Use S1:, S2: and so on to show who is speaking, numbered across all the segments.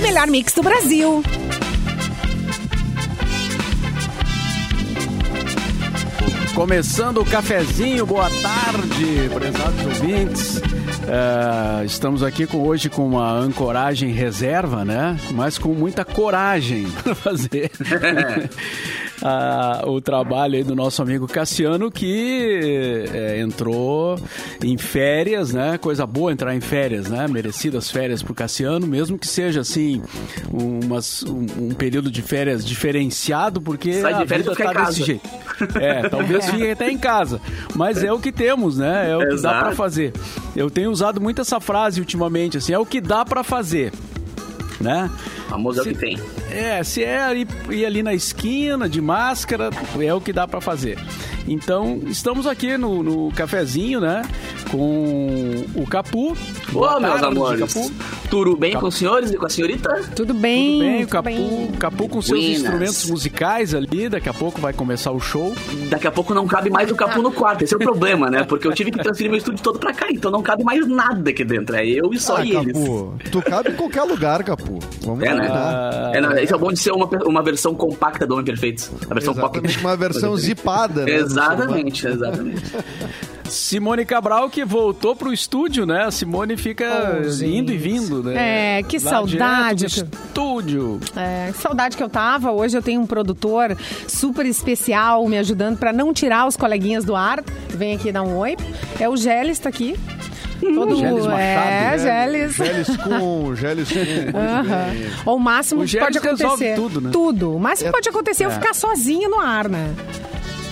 S1: melhor mix do Brasil.
S2: Começando o cafezinho, boa tarde, prezados ouvintes. É, estamos aqui com, hoje com uma ancoragem reserva, né? Mas com muita coragem para fazer a- o trabalho aí do nosso amigo Cassiano, que é, entrou em férias, né? Coisa boa entrar em férias, né? Merecidas férias pro Cassiano, mesmo que seja assim, umas- um, um período de férias diferenciado, porque
S3: Sai de
S2: a
S3: férias
S2: vida
S3: e fica em
S2: tá desse
S3: casa.
S2: jeito. É, talvez fique até em casa. Mas é o que temos, né? É o que dá
S3: Exato.
S2: pra fazer. Eu tenho usado muito essa frase ultimamente, assim, é o que dá pra fazer. Né?
S3: Famoso é o
S2: Se-
S3: que tem.
S2: É, se é ir, ir ali na esquina de máscara, é o que dá pra fazer. Então, estamos aqui no, no cafezinho, né? Com o Capu.
S3: Boa, meus
S2: tarde,
S3: amores.
S2: Capu.
S3: Tudo bem com os senhores e com a senhorita?
S1: Tudo bem?
S2: Tudo bem, o
S1: tudo
S2: Capu,
S1: bem.
S2: Capu com seus
S3: Buenas.
S2: instrumentos musicais ali, daqui a pouco vai começar o show.
S3: Daqui a pouco não cabe mais o capu no quarto. Esse é o problema, né? Porque eu tive que transferir meu estúdio todo pra cá, então não cabe mais nada aqui dentro. É eu e só
S4: Ah,
S3: eles.
S4: Capu, tu cabe em qualquer lugar, Capu. Vamos
S3: É, né?
S4: combinar.
S3: É, não, isso é bom de ser uma, uma versão compacta do Homem Perfeito. A versão
S4: Exatamente,
S3: pocket.
S4: uma versão zipada, né?
S3: Exatamente, exatamente.
S2: Simone Cabral que voltou pro estúdio, né? A Simone fica
S5: Oh, gente.
S2: indo e vindo, né?
S1: É, que
S2: Lá
S1: saudade.
S2: direto do Estúdio.
S1: É, que saudade que eu tava. Hoje eu tenho um produtor super especial me ajudando pra não tirar os coleguinhas do ar. Vem aqui dar um oi. É o Gélis, tá aqui. Todo
S2: Hum. Gélis Machado,
S1: É,
S2: né?
S1: Gélis.
S4: Geles com, geles com.
S1: Aham. Ou o máximo
S2: O
S1: que pode
S2: Gélis resolve
S1: acontecer.
S2: tudo, né?
S1: Tudo. O máximo que pode acontecer é eu ficar sozinha no ar, né?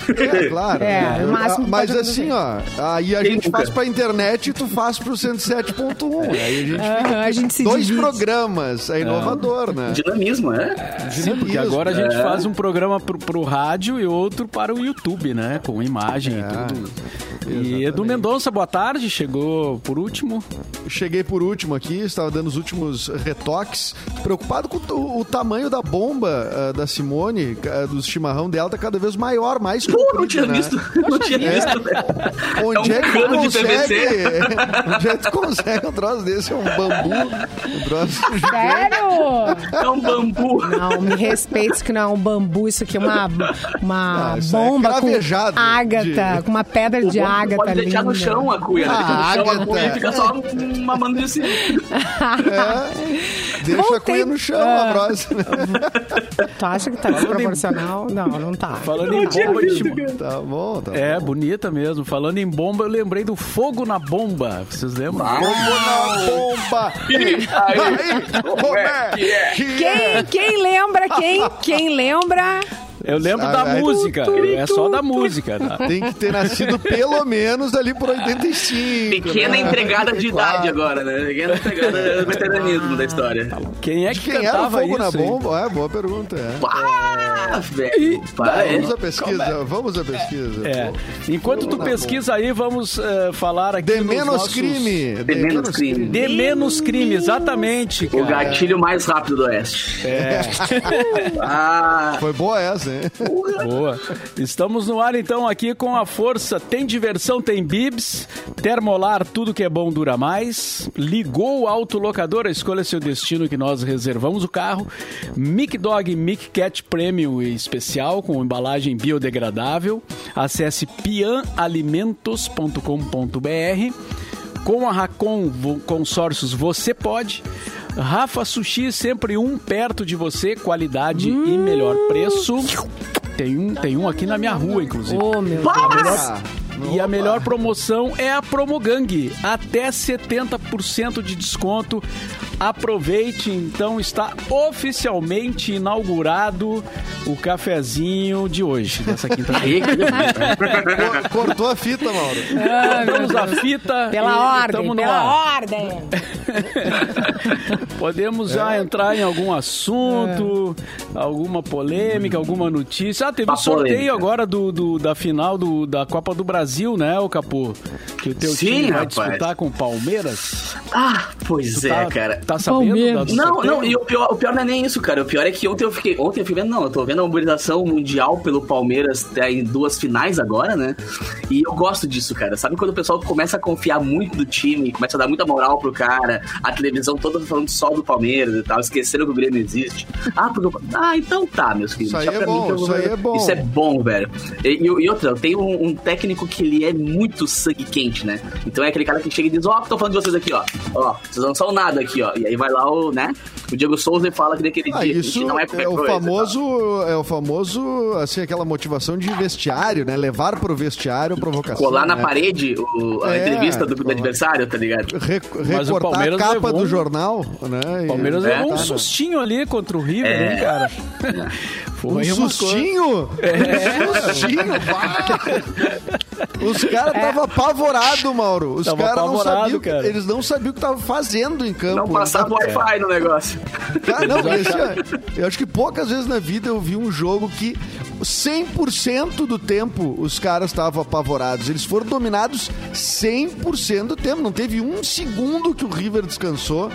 S4: É, claro.
S1: É, o máximo que
S4: Mas
S1: pode
S4: assim, ó, aí a
S3: Quem
S4: gente
S3: nunca?
S4: faz pra internet e tu faz pro 107.1. É, Aí a gente
S1: Aham, a gente se
S4: dois
S1: divide.
S4: programas. É inovador, né?
S3: Dinamismo, é?
S4: Sim,
S2: Porque
S4: isso.
S2: agora a gente
S3: É.
S2: faz um programa pro, pro rádio e outro para o YouTube, né? Com imagem
S4: É,
S2: e tudo. E
S4: exatamente.
S2: Edu Mendonça, boa tarde. Chegou por último.
S4: Cheguei por último aqui, estava dando os últimos retoques. Preocupado com o, o tamanho da bomba ah, da Simone, ah, do chimarrão dela, tá cada vez maior, mais
S3: Pô, não tinha
S4: né?
S3: visto. Não tinha visto.
S4: Onde
S3: É
S4: é,
S3: um
S4: que tu
S3: cano de
S4: consegue?
S3: PVC.
S4: Onde é que tu consegue um troço desse? É um bambu. Um troço gigante.
S1: Sério?
S3: É um bambu.
S1: Não, me respeita, isso que não é um bambu, isso aqui é uma, uma
S4: Não, isso é
S1: bomba com
S4: cravejado
S1: ágata,
S4: de-
S1: com uma pedra de
S3: Pode-
S1: ágata
S3: Pode deixar no
S1: linda.
S3: chão a cuia, né?
S4: Ah,
S3: Deixa no chão a
S4: Agatha.
S3: cuia e fica só mamando de si.
S4: É, deixa a
S1: Voltei.
S4: cuia no chão, um né?
S1: Ah.
S4: a próxima.
S1: Tu acha que tá desproporcional? Não, não tá.
S2: Falando em
S3: tinha
S2: bomba,
S3: visto,
S2: Simone.
S4: Tá bom, tá bom.
S2: É, bonita mesmo. Falando em bomba, eu lembrei do Fogo na Bomba. Vocês lembram?
S4: Ah, Bomba! Aí, como é que é?
S1: Quem, quem lembra? Quem, quem lembra?
S2: Eu lembro da
S4: Ai, ai.
S2: música. É só da música. tá?
S4: Tem que ter nascido pelo menos ali por 85.
S3: Pequena
S4: né?
S3: entregada de
S4: 84.
S3: idade agora, né? Pequena entregada do veteranismo da história.
S2: Quem é
S4: De
S2: que
S4: quem era o
S2: cantava
S4: fogo na
S2: isso? aí?
S4: bomba? É, boa pergunta. é. tá,
S3: Pá, velho. Pá, é.
S4: Vamos à pesquisa, vamos à pesquisa.
S2: É. Enquanto tu pesquisa aí, vamos eh, falar aqui
S4: De
S2: nos
S4: menos
S2: nossos-
S4: crime.
S3: De menos crime.
S2: De menos crime, exatamente,
S3: O
S2: cara.
S3: gatilho mais rápido do Oeste. É. Ah,
S4: Foi boa essa, hein?
S2: Boa. Estamos no ar então aqui com a força. Tem diversão, tem bibs. Termolar, tudo que é bom dura mais. Ligou o autolocador, escolha seu destino que nós reservamos o carro. Mic Dog Mic Cat Premium e especial com embalagem biodegradável. Acesse pianalimentos.com.br. Com a Racon vo- Consórcios você pode. Rafa Sushi, sempre um perto de você, qualidade
S1: Hum.
S2: e melhor preço. Tem um, tem um aqui na minha rua, inclusive.
S1: Ô, meu Deus.
S4: Ah,
S2: E a melhor promoção é a Promogang, até 70% de desconto. Aproveite, então está oficialmente inaugurado o cafezinho de hoje, dessa quinta-feira.
S3: aí é que né?
S4: co- Ah. cortou a fita, Mauro.
S2: Estamos a Então, fita.
S1: Pela
S2: e
S1: ordem,
S2: tamo no
S1: pela
S2: ar.
S1: ordem.
S2: Podemos já
S4: É.
S2: entrar em algum assunto, alguma polêmica, alguma notícia. Ah, teve
S3: Uma
S2: o sorteio
S3: polêmica.
S2: agora do, do- da final do, da Copa do Brasil, né, o Capu? Que o teu
S3: Sim,
S2: time vai
S3: rapaz.
S2: disputar com o Palmeiras.
S3: Ah, pois
S2: Tu
S3: é,
S2: tá,
S3: cara.
S2: Tá sabendo?
S5: Palmeiras.
S2: da- do
S3: Não,
S2: sorteio?
S3: não, e o pior, o pior não é nem isso, cara. O pior é que ontem eu fiquei. Ontem eu fiquei vendo, não, eu tô vendo a mobilização mundial pelo Palmeiras tá, em duas finais agora, né? E eu gosto disso, cara. Sabe quando o pessoal começa a confiar muito do time, começa a dar muita moral pro cara, a televisão toda falando só do Palmeiras e tal, esqueceram que o Grêmio existe. Ah, porque eu... Ah, então tá, meus queridos.
S4: Isso aí
S3: Já
S4: é
S3: pra mim
S4: bom,
S3: que eu-
S4: isso aí é bom.
S3: Isso é bom, velho. E, e- e outra, tem um, um técnico que ele é muito sangue quente, né? Então é aquele cara que chega e diz, ó, tô falando de vocês aqui, ó. Ó, vocês não são nada aqui, ó. E aí vai lá o, né? O Diego Souza e fala que naquele
S4: Ah,
S3: dia que a
S4: isso
S3: gente não é qualquer
S4: é o
S3: coisa,
S4: famoso, é o famoso, assim, aquela motivação de vestiário, né? Levar pro vestiário a
S3: tá?
S4: provocação.
S3: Colar na
S4: né?
S3: parede o- a
S4: É,
S3: entrevista do, do
S4: colar.
S3: adversário, tá ligado?
S4: Re-
S2: Mas o
S4: recortar a
S2: Palmeiras
S4: capa
S2: levou um-
S4: do jornal, né? E-
S2: O Palmeiras
S3: É,
S2: levou um
S4: tá, né?
S2: sustinho ali contra o River, hein, cara?
S4: Um
S2: é uma coisa-
S4: sustinho? Um sustinho, pá. Os caras estavam apavorados, Mauro. Os
S2: É. Tava
S4: caras não
S2: apavorado,
S4: sabiam, o que-
S2: cara.
S4: eles não sabiam o que estavam fazendo em campo. né?
S3: Não passava
S4: é.
S3: o Wi-Fi no negócio.
S4: Cara, não, esse, ó, eu acho que poucas vezes na vida eu vi um jogo que 100% do tempo os caras estavam apavorados. Eles foram dominados 100% do tempo. Não teve um segundo que o River descansou.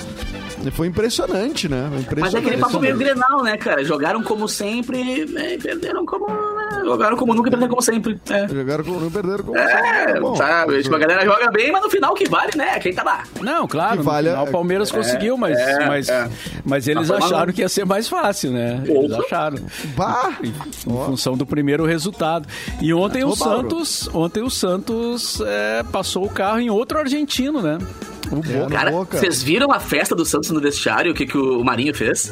S4: E Foi impressionante, né? Foi Impressionante.
S3: Mas é aquele papo meio grenal, né, cara? Jogaram como sempre né, e perderam como. né? Jogaram como nunca e perderam como sempre. É.
S4: Jogaram com, não perderam com
S3: É,
S4: Tá Bom,
S3: sabe? Tipo, a galera joga bem, mas no final o que vale, né? é Quem tá lá.
S2: Não, claro,
S4: Que
S2: no
S4: valha-
S2: final o Palmeiras conseguiu, mas,
S3: é,
S2: mas,
S3: é.
S2: mas eles
S3: Mas foi
S2: acharam
S3: maluco.
S2: que ia ser mais fácil, né? Eles
S3: Opa.
S2: acharam.
S4: Bah!
S2: Em, em função do primeiro resultado. E
S3: Tá
S2: ontem o
S4: Ô, Mauro.
S2: Santos, ontem o Santos é, passou o carro em outro argentino, né? O Boca.
S4: na
S3: Cara,
S4: boca.
S3: vocês viram a festa do Santos no vestiário? O que, que o Marinho fez?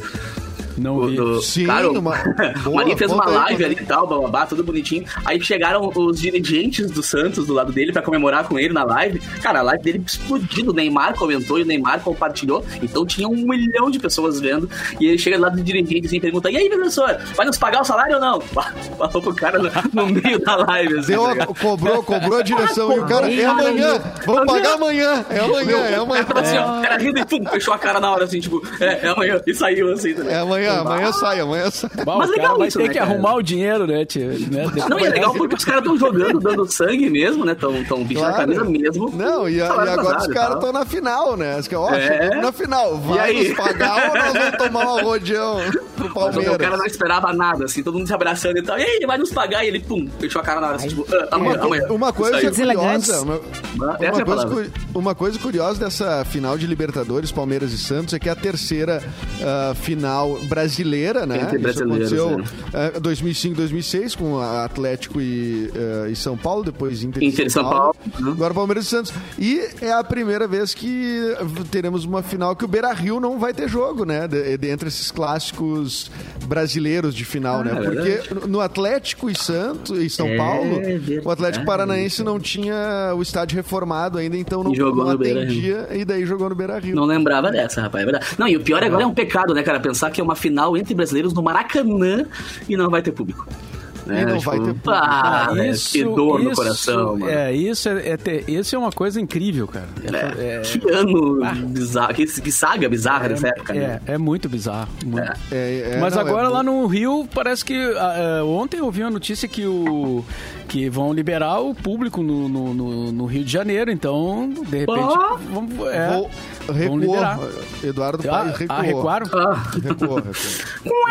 S2: Não
S3: O
S2: vi.
S3: do-
S4: Sim,
S3: Cara, o-
S4: uma-
S3: o
S4: boa,
S3: Marinho fez uma
S4: conta aí,
S3: live
S4: né? conta
S3: ali e tal, bababá, tudo bonitinho. Aí chegaram os dirigentes do Santos do lado dele pra comemorar com ele na live. Cara, a live dele explodiu. O Neymar comentou e o Neymar compartilhou. Então tinha um milhão de pessoas vendo. E ele chega do lado do dirigente assim, e pergunta: E aí, professor, vai nos pagar o salário ou não? Falou pro cara no, no meio da live. Assim,
S4: Deu
S3: tá
S4: a-
S3: ligado?
S4: cobrou, cobrou a direção. E o cara, é amanhã. Vamos pagar amanhã. É amanhã, é amanhã.
S3: Então, assim, ó, o cara rindo e pum, fechou a cara na hora, assim, tipo, é, é amanhã. E saiu assim, tá
S4: É
S3: ligado?
S4: amanhã, amanhã sai, amanhã sai.
S2: Bah,
S3: Mas
S2: o cara
S3: legal
S2: vai
S3: isso,
S2: ter
S3: né,
S2: que
S3: cara?
S2: arrumar o dinheiro, né, tia? Né?
S3: Não, e é
S2: Depois-
S3: legal porque os caras estão jogando, dando sangue mesmo, né? Estão tão bicho na camisa mesmo.
S4: Não, e, a- e
S3: Salário
S4: agora os
S3: atrasado Tá e
S4: caras
S3: tal.
S4: estão na final, né? Os caras, ó,
S3: É.
S4: chegamos na final. Vai
S3: aí?
S4: nos pagar ou nós vamos tomar um rodeão pro
S3: Mas O cara
S4: Palmeiras?
S3: não esperava nada, assim, todo mundo se abraçando e tal. E aí, ele vai nos pagar. E ele, pum, fechou a cara na hora, assim, tipo, ah, amanhã, amanhã.
S4: Uma, uma coisa
S3: Isso aí.
S1: Deselegantes.
S4: curiosa, uma,
S3: Essa é
S4: uma
S3: a
S4: coisa,
S3: palavra.
S4: cu- uma coisa curiosa dessa final de Libertadores, Palmeiras e Santos, é que é a terceira ah, final brasileira, né?
S3: Entre brasileiros, é.
S4: Isso aconteceu ah, 2005, 2006 com a Atlético e, ah, e São Paulo, depois Inter,
S3: Inter e São Paulo, né?
S4: Agora Palmeiras e Santos. E é a primeira vez que teremos uma final que o Beira-Rio não vai ter jogo, né? De, de- entre esses clássicos brasileiros de final, né?
S3: é
S4: Porque no- no Atlético e Santos e São
S3: É
S4: Paulo,
S3: verdade. né?
S4: o Atlético Paranaense não tinha o estádio reformado ainda, então não,
S3: E jogou
S4: não
S3: no Beira-Rio.
S4: atendia e daí jogou no Beira-Rio.
S3: Não lembrava dessa, rapaz, é verdade. Não, e o pior agora é um pecado, né, cara? Pensar que é uma final entre brasileiros no Maracanã e não vai ter público. Né?
S4: E não vai ter público.
S3: Ah,
S2: Ah,
S3: velho,
S2: isso,
S3: que dor no
S2: isso-
S3: coração, mano.
S2: É, isso é, é, ter- isso é uma coisa incrível, cara. É,
S3: É, Que ano bizarro, que, que saga bizarra dessa época. né?
S2: é, é muito bizarro. muito.
S4: É, é,
S2: Mas
S4: não, é
S2: agora
S4: muito-
S2: lá no Rio, parece que. ah, ah, ontem eu vi a notícia que, o, que vão liberar o público no, no, no- no Rio de Janeiro, então, de repente.
S3: Ó.
S2: Vamos, é,
S4: Vou-
S2: vão
S4: recuou.
S2: liberar.
S4: Eduardo
S2: Ah,
S4: Paes recuou.
S2: ah, recuaram?
S3: Ah,
S4: Recuou, recuou.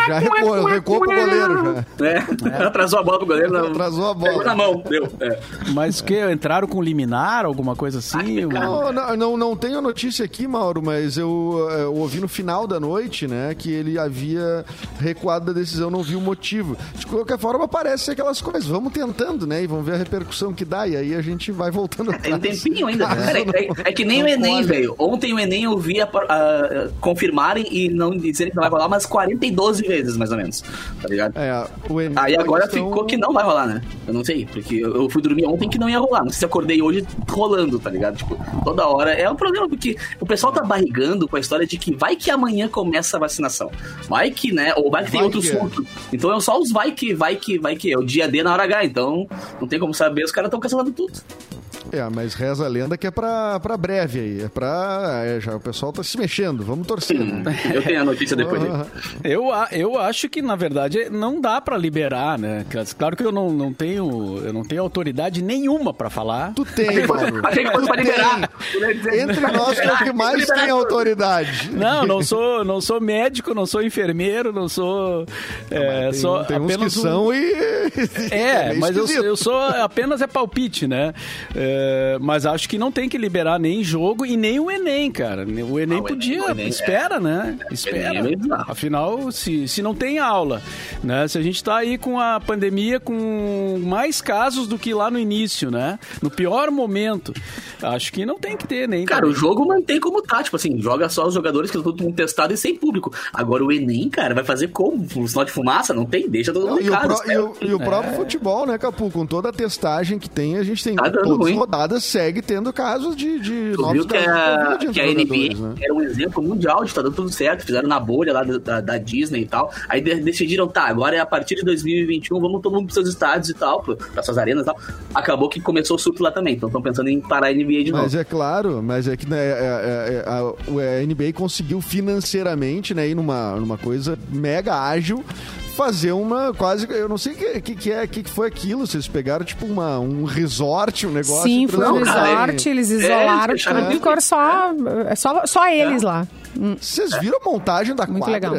S4: Já recuou, recuou pro goleiro já.
S3: né? Atrasou a bola pro goleiro. não.
S4: Atrasou a bola.
S3: Pegou na mão, deu. É.
S2: Mas que entraram com liminar, alguma coisa assim? o-
S4: Não, não, não, não tenho a notícia aqui, Mauro, mas eu, eh, eu ouvi no final da noite, né, que ele havia recuado da decisão, não vi o motivo. De qualquer forma, parece ser aquelas coisas. Vamos tentando, né, e vamos ver a repercussão que dá, e aí a gente vai voltando
S3: Tem um
S4: atrás.
S3: tempinho ainda. Cara, é, é- é que nem
S4: Não
S3: o Enem,
S4: colhe.
S3: velho. Ontem o Enem eu vi a- a- confirmarem e não dizerem que não vai rolar umas 42 vezes, mais ou menos. Tá ligado?
S4: É, o Enem
S3: Aí
S4: é uma
S3: agora
S4: questão-
S3: ficou que não vai rolar, né? Eu não sei, porque eu eu fui dormir ontem que não ia rolar. Não sei se acordei hoje rolando, tá ligado? Tipo, toda hora. É um problema, porque o pessoal tá barrigando com a história de que vai que amanhã começa a vacinação. Vai que, né? Ou vai que tem
S4: Vai
S3: outro
S4: que.
S3: surto. Então é só os vai que, vai que, vai que. É o dia D na hora H. Então não tem como saber, os caras estão cancelando tudo.
S4: É, mas reza a lenda que é pra, pra breve aí. É pra. é, já, o pessoal tá se mexendo, vamos torcer. né?
S3: Hum, eu tenho a notícia depois dele.
S2: Eu, a- eu acho que, na verdade, não dá pra liberar, né? Claro que eu não, não tenho eu não tenho autoridade nenhuma pra falar.
S4: Tu tem, Mauro.
S3: Achei que fosse pra liberar. Eu ia dizer,
S4: Entre
S3: pra
S4: nós, tu é o
S3: liberar,
S4: que mais
S3: liberar
S4: tem
S3: tudo.
S4: autoridade.
S2: Não, não sou, não sou médico, não sou enfermeiro, não sou. É,
S4: Tem,
S2: só
S4: tem uns
S2: apenas
S4: que
S2: um-
S4: são e.
S2: É,
S4: meio
S2: mas eu,
S4: esquisito.
S2: eu sou apenas é palpite, né? É, mas acho que não tem que liberar nem jogo e nem o Enem, cara. O Enem
S3: Ah, o
S2: podia,
S3: Enem, o Enem,
S2: espera, né?
S3: Enem
S2: Espera.
S3: é meio bizarro.
S2: Afinal, se, se não tem aula, né? Se a gente tá aí com a pandemia com mais casos do que lá no início, né? No pior momento, acho que não tem que ter nem.
S3: Cara, o jogo mantém como tá, tipo assim, joga só os jogadores que estão todo mundo testado e sem público. Agora o Enem, cara, vai fazer como? Um sinal de fumaça? Não tem, deixa todo mundo
S4: Não,
S3: em
S4: e, o
S3: casa.
S4: pró- e
S3: espera.
S4: o, e o
S2: É.
S4: próprio futebol, né, Capu? Com toda a testagem que tem, a gente tem
S3: Tá dando
S4: todas as
S3: ruim.
S4: rodadas, segue tendo casos de, de
S3: Tu viu que é
S4: casos
S3: a,
S4: é um de Covid
S3: que a
S4: entre
S3: NBA
S4: jogadores, né?
S3: era um exemplo mundial de tá dando tudo certo, fizeram na bolha lá da, da- da Disney e tal. Aí de- decidiram, tá, agora é a partir de 2021, vamos todo mundo pros seus estádios e tal, pro- pras suas arenas e tal. Acabou que começou o surto lá também, então estão pensando em parar a NBA de
S4: Mas
S3: novo.
S4: é claro, mas é que né, é- é- é- a, o- é, a NBA conseguiu financeiramente, né, ir numa, numa coisa mega ágil, fazer uma quase. Eu não sei o que, que, que é, que, que foi aquilo. Vocês pegaram tipo uma, um resort, um negócio.
S1: Sim, foi um
S3: Não, cara,
S1: resort, eles
S3: eles
S1: isolaram,
S3: fecharam
S1: tudo,
S3: tudo.
S1: ficaram só, é só, só eles lá.
S4: Vocês viram a montagem da
S1: Muito
S4: quadra?
S1: legal.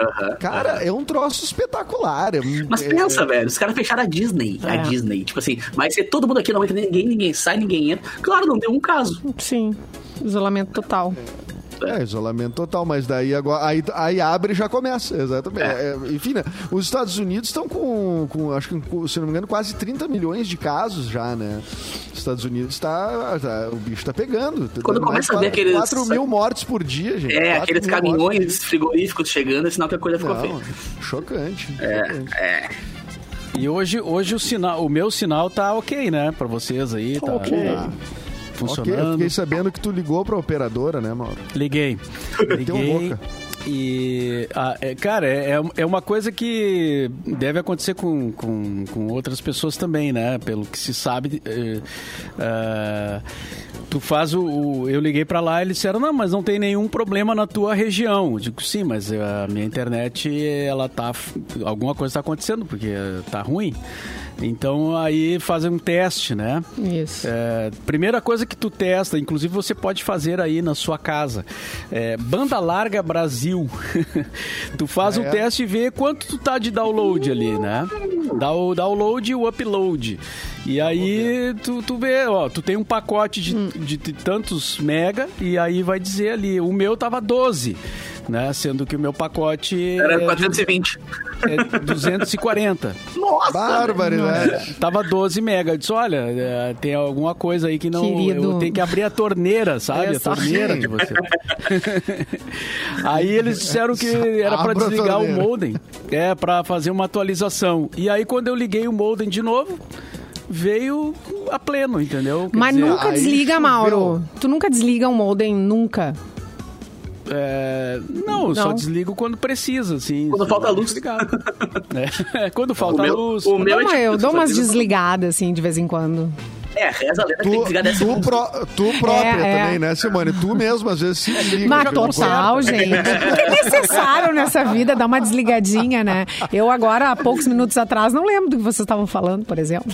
S3: Aham.
S4: Cara, é um troço espetacular. é um-
S3: Mas
S4: é-
S3: pensa, velho, os caras fecharam a Disney. A
S1: É.
S3: Disney, tipo assim, mas se todo mundo aqui não entra ninguém, ninguém sai, ninguém entra. Claro, não deu um caso.
S1: Sim, isolamento total.
S4: É, isolamento total, mas daí agora aí, aí abre e já começa, exatamente. É, enfim, né? os Estados Unidos estão com, com, acho que, com, se não me engano, quase 30 milhões de casos já, né? Os Estados Unidos tá, tá- o bicho tá pegando. Tá
S3: Quando
S4: dando mais
S3: começa a ver
S4: quatro-
S3: aqueles-
S4: 4 mil mortes por dia, gente.
S3: É,
S4: 4
S3: aqueles
S4: mil mortes por dia.
S3: caminhões frigoríficos chegando, é sinal que a coisa ficou feia.
S4: Não, chocante.
S3: É,
S4: chocante.
S2: E hoje, hoje o, sinal, o meu sinal tá ok, né? Pra vocês aí. Tá,
S1: Ok.
S2: tá
S4: Ok, eu
S2: funcionando.
S4: fiquei sabendo que tu ligou pra operadora, né, Mauro?
S2: Liguei.
S4: Meteu
S2: Liguei.
S4: louca.
S2: E, ah, é, cara, é, é- é uma coisa que deve acontecer com, com, com outras pessoas também, né? Pelo que se sabe. eh, ah, tu faz o, o- Eu liguei pra lá e eles disseram: não, mas não tem nenhum problema na tua região. Eu digo: sim, mas a minha internet, ela tá. f- Alguma coisa tá acontecendo, porque eh, tá ruim. Então aí fazem um teste, né?
S1: Isso.
S2: É, primeira coisa que tu testa, inclusive você pode fazer aí na sua casa, é, banda larga Brasil. tu faz um
S4: é?
S2: teste e vê quanto tu tá de download ali, né? Dá o download e o upload. E aí tu, tu vê, ó, tu tem um pacote de, de, de tantos mega e aí vai dizer ali, o meu tava 12, né? Sendo que o meu pacote
S3: Era
S2: é,
S3: 420.
S2: é 240.
S3: Nossa! é.
S4: Barbaridade.
S2: Tava 12 mega. Eu disse, olha, é, tem alguma coisa aí que não...
S1: Querido.
S2: Eu tenho que abrir a torneira, sabe?
S1: É
S2: a
S1: só-
S2: torneira de você. aí eles disseram que era pra
S4: Abra a
S2: desligar o
S4: torneira.
S2: modem. É, pra fazer uma atualização. E aí, quando eu liguei o modem de novo, veio a pleno, entendeu? Quer
S1: Mas
S2: dizer,
S1: nunca
S4: aí
S1: desliga,
S4: choveu.
S1: Mauro. Tu nunca desliga um modem, nunca.
S2: é, Não, eu só
S1: Não.
S2: desligo quando precisa, assim.
S3: Quando
S2: só
S3: falta
S2: é
S3: luz.
S2: desligado. É, quando falta
S3: meu-
S2: luz.
S3: o meu-
S1: Eu,
S3: Eu, tipo,
S1: eu
S3: tu
S1: dou
S3: só
S1: umas
S3: desliga-
S1: desligadas, assim, de vez em quando.
S3: É, reza a lenda que tem que
S4: Tu,
S3: desligar 10
S4: tu,
S3: segundos.
S4: pró- tu própria
S1: É, é.
S4: também, né, Simone? Tu mesma às vezes se liga.
S1: Mas
S4: de vez em quando.
S1: total, gente. É necessário nessa vida dar uma desligadinha, né? Eu agora, há poucos minutos atrás, não lembro do que vocês estavam falando, por exemplo.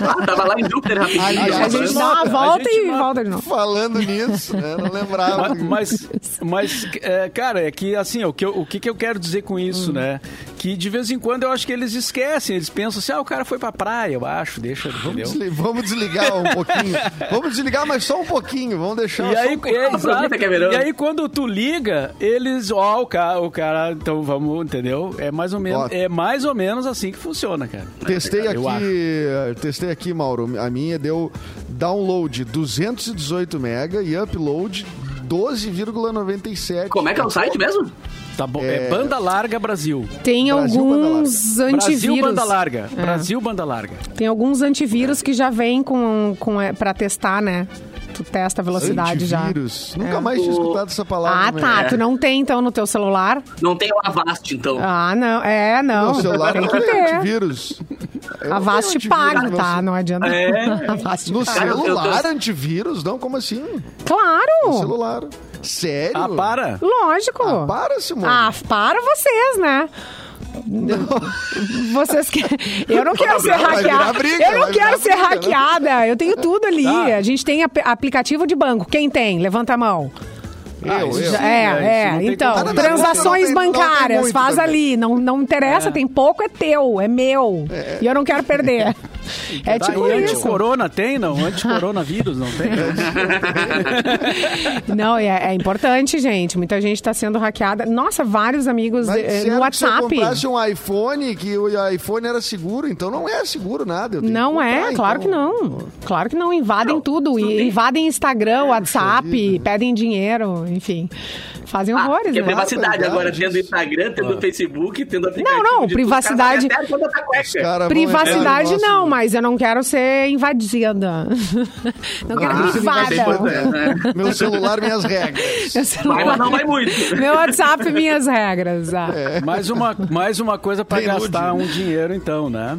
S3: Ah, tava lá em Júpiter rapidinho.
S4: Aliás,
S1: A
S3: tava
S1: gente tá- dá
S3: falando.
S1: uma
S2: nota,
S1: volta
S2: a gente
S1: e
S2: nota.
S1: volta de novo.
S4: Falando nisso, né? Não lembrava.
S2: Ma- Mas, mas é, cara, é que assim, o que, eu, o que que eu quero dizer com isso, né? Que de vez em quando eu acho que eles esquecem, eles pensam assim, ah, o cara foi pra praia, eu acho, deixa, entendeu?
S4: Desli- Vamos desligar um pouquinho. Vamos desligar, mas só um pouquinho. Vamos deixar.
S2: E
S4: só
S2: aí,
S4: um...
S2: é, exato.
S3: que é verão.
S2: E aí, quando tu liga, eles, ó, o cara, o cara, então vamos, entendeu? É mais ou menos,
S4: Bota.
S2: é mais ou menos assim que funciona, cara.
S4: Testei
S2: Eu
S4: aqui, testei aqui, Mauro. A minha deu download 218 mega e upload 12,97.
S3: Como é que é o site mesmo?
S2: Tá bom, é,
S4: É.
S2: banda larga Brasil.
S1: Tem
S4: Brasil, banda larga.
S1: alguns
S2: Brasil
S1: antivírus.
S2: banda larga.
S1: É.
S2: Brasil banda larga.
S1: Tem alguns antivírus que já vêm com, com, é, pra testar, né? Tu testa a velocidade
S4: Antivírus. Nunca mais tinha
S3: O-
S4: escutado essa
S1: já.
S4: palavra.
S1: Ah,
S4: né?
S1: tá. Tu não tem, então, no teu celular?
S3: Não tem o Avast, então.
S1: Ah, não. É, não.
S4: Meu celular tá
S1: tem
S4: não
S1: que
S4: tem
S1: ter.
S4: antivírus. Eu
S1: a
S4: não
S1: Vast
S4: tenho
S1: paga,
S4: antivírus no
S1: tá?
S4: meu
S1: Não adianta.
S3: É.
S1: A Vast
S4: No
S1: paga.
S3: Cara, eu- eu-
S4: celular, antivírus? Não, como assim? No
S1: Claro!
S4: celular. Sério?
S2: Ah, para.
S1: Lógico!
S4: Ah, para, Simone.
S1: Ah, para vocês, né? Vocês que... Eu não quero ser
S4: Vai virar
S1: hackeada.
S4: briga,
S1: eu não
S4: vai virar
S1: quero ser
S4: briga, né?
S1: hackeada. Eu tenho tudo ali.
S2: Tá.
S1: A gente tem ap- aplicativo de banco. Quem tem? Levanta a mão.
S2: Ah,
S4: eu,
S2: isso
S4: eu.
S2: já-
S1: é,
S2: né? Isso não
S1: é.
S2: tem
S1: Então,
S2: como.
S4: Ah, não,
S1: transações
S4: não tem- não tem
S1: bancárias,
S4: muito
S1: faz
S4: também.
S1: ali. Não, não interessa, tem pouco, é teu, é meu. E eu não quero perder. É
S2: Tá,
S1: tipo
S2: e
S1: isso.
S2: anticorona tem, não? Anticoronavírus não tem?
S1: Não, é, é importante, gente. Muita gente está sendo hackeada. Nossa, vários amigos
S4: Mas
S1: eh,
S4: disseram
S1: no
S4: que se eu
S1: WhatsApp.
S4: comprasse um iPhone, que o iPhone era seguro, então não é seguro nada. eu tenho que
S1: Não é,
S4: comprar,
S1: claro que
S4: então.
S1: não. Claro que não. Invadem
S3: Não,
S1: tudo.
S3: isso não
S1: e-
S3: tem.
S1: Invadem
S4: É,
S1: Instagram, WhatsApp,
S4: vida.
S1: pedem dinheiro, enfim. Fazem
S3: Ah,
S1: horrores,
S3: que é
S1: né?
S3: privacidade
S4: Barbaridade.
S3: agora, tendo Instagram, tendo
S4: Ah.
S3: Facebook, tendo
S1: Não,
S3: aplicativo.
S1: não,
S3: de tudo, os caras
S1: privacidade-
S3: sabem até quando tá cueca.
S4: Cara, bom,
S1: Privacidade
S4: é verdade,
S1: não,
S3: né?
S4: eu gosto.
S1: mas eu não quero ser invadida. Não quero
S4: Ah,
S3: isso é
S1: privada.
S3: importante, né?
S4: Meu celular, minhas regras.
S1: Meu
S3: Vai,
S1: celular-
S3: É. mas não vai muito.
S1: Meu WhatsApp, minhas regras. ah.
S2: Mais uma, mais uma coisa para
S4: Prelude.
S2: gastar um dinheiro, então, né?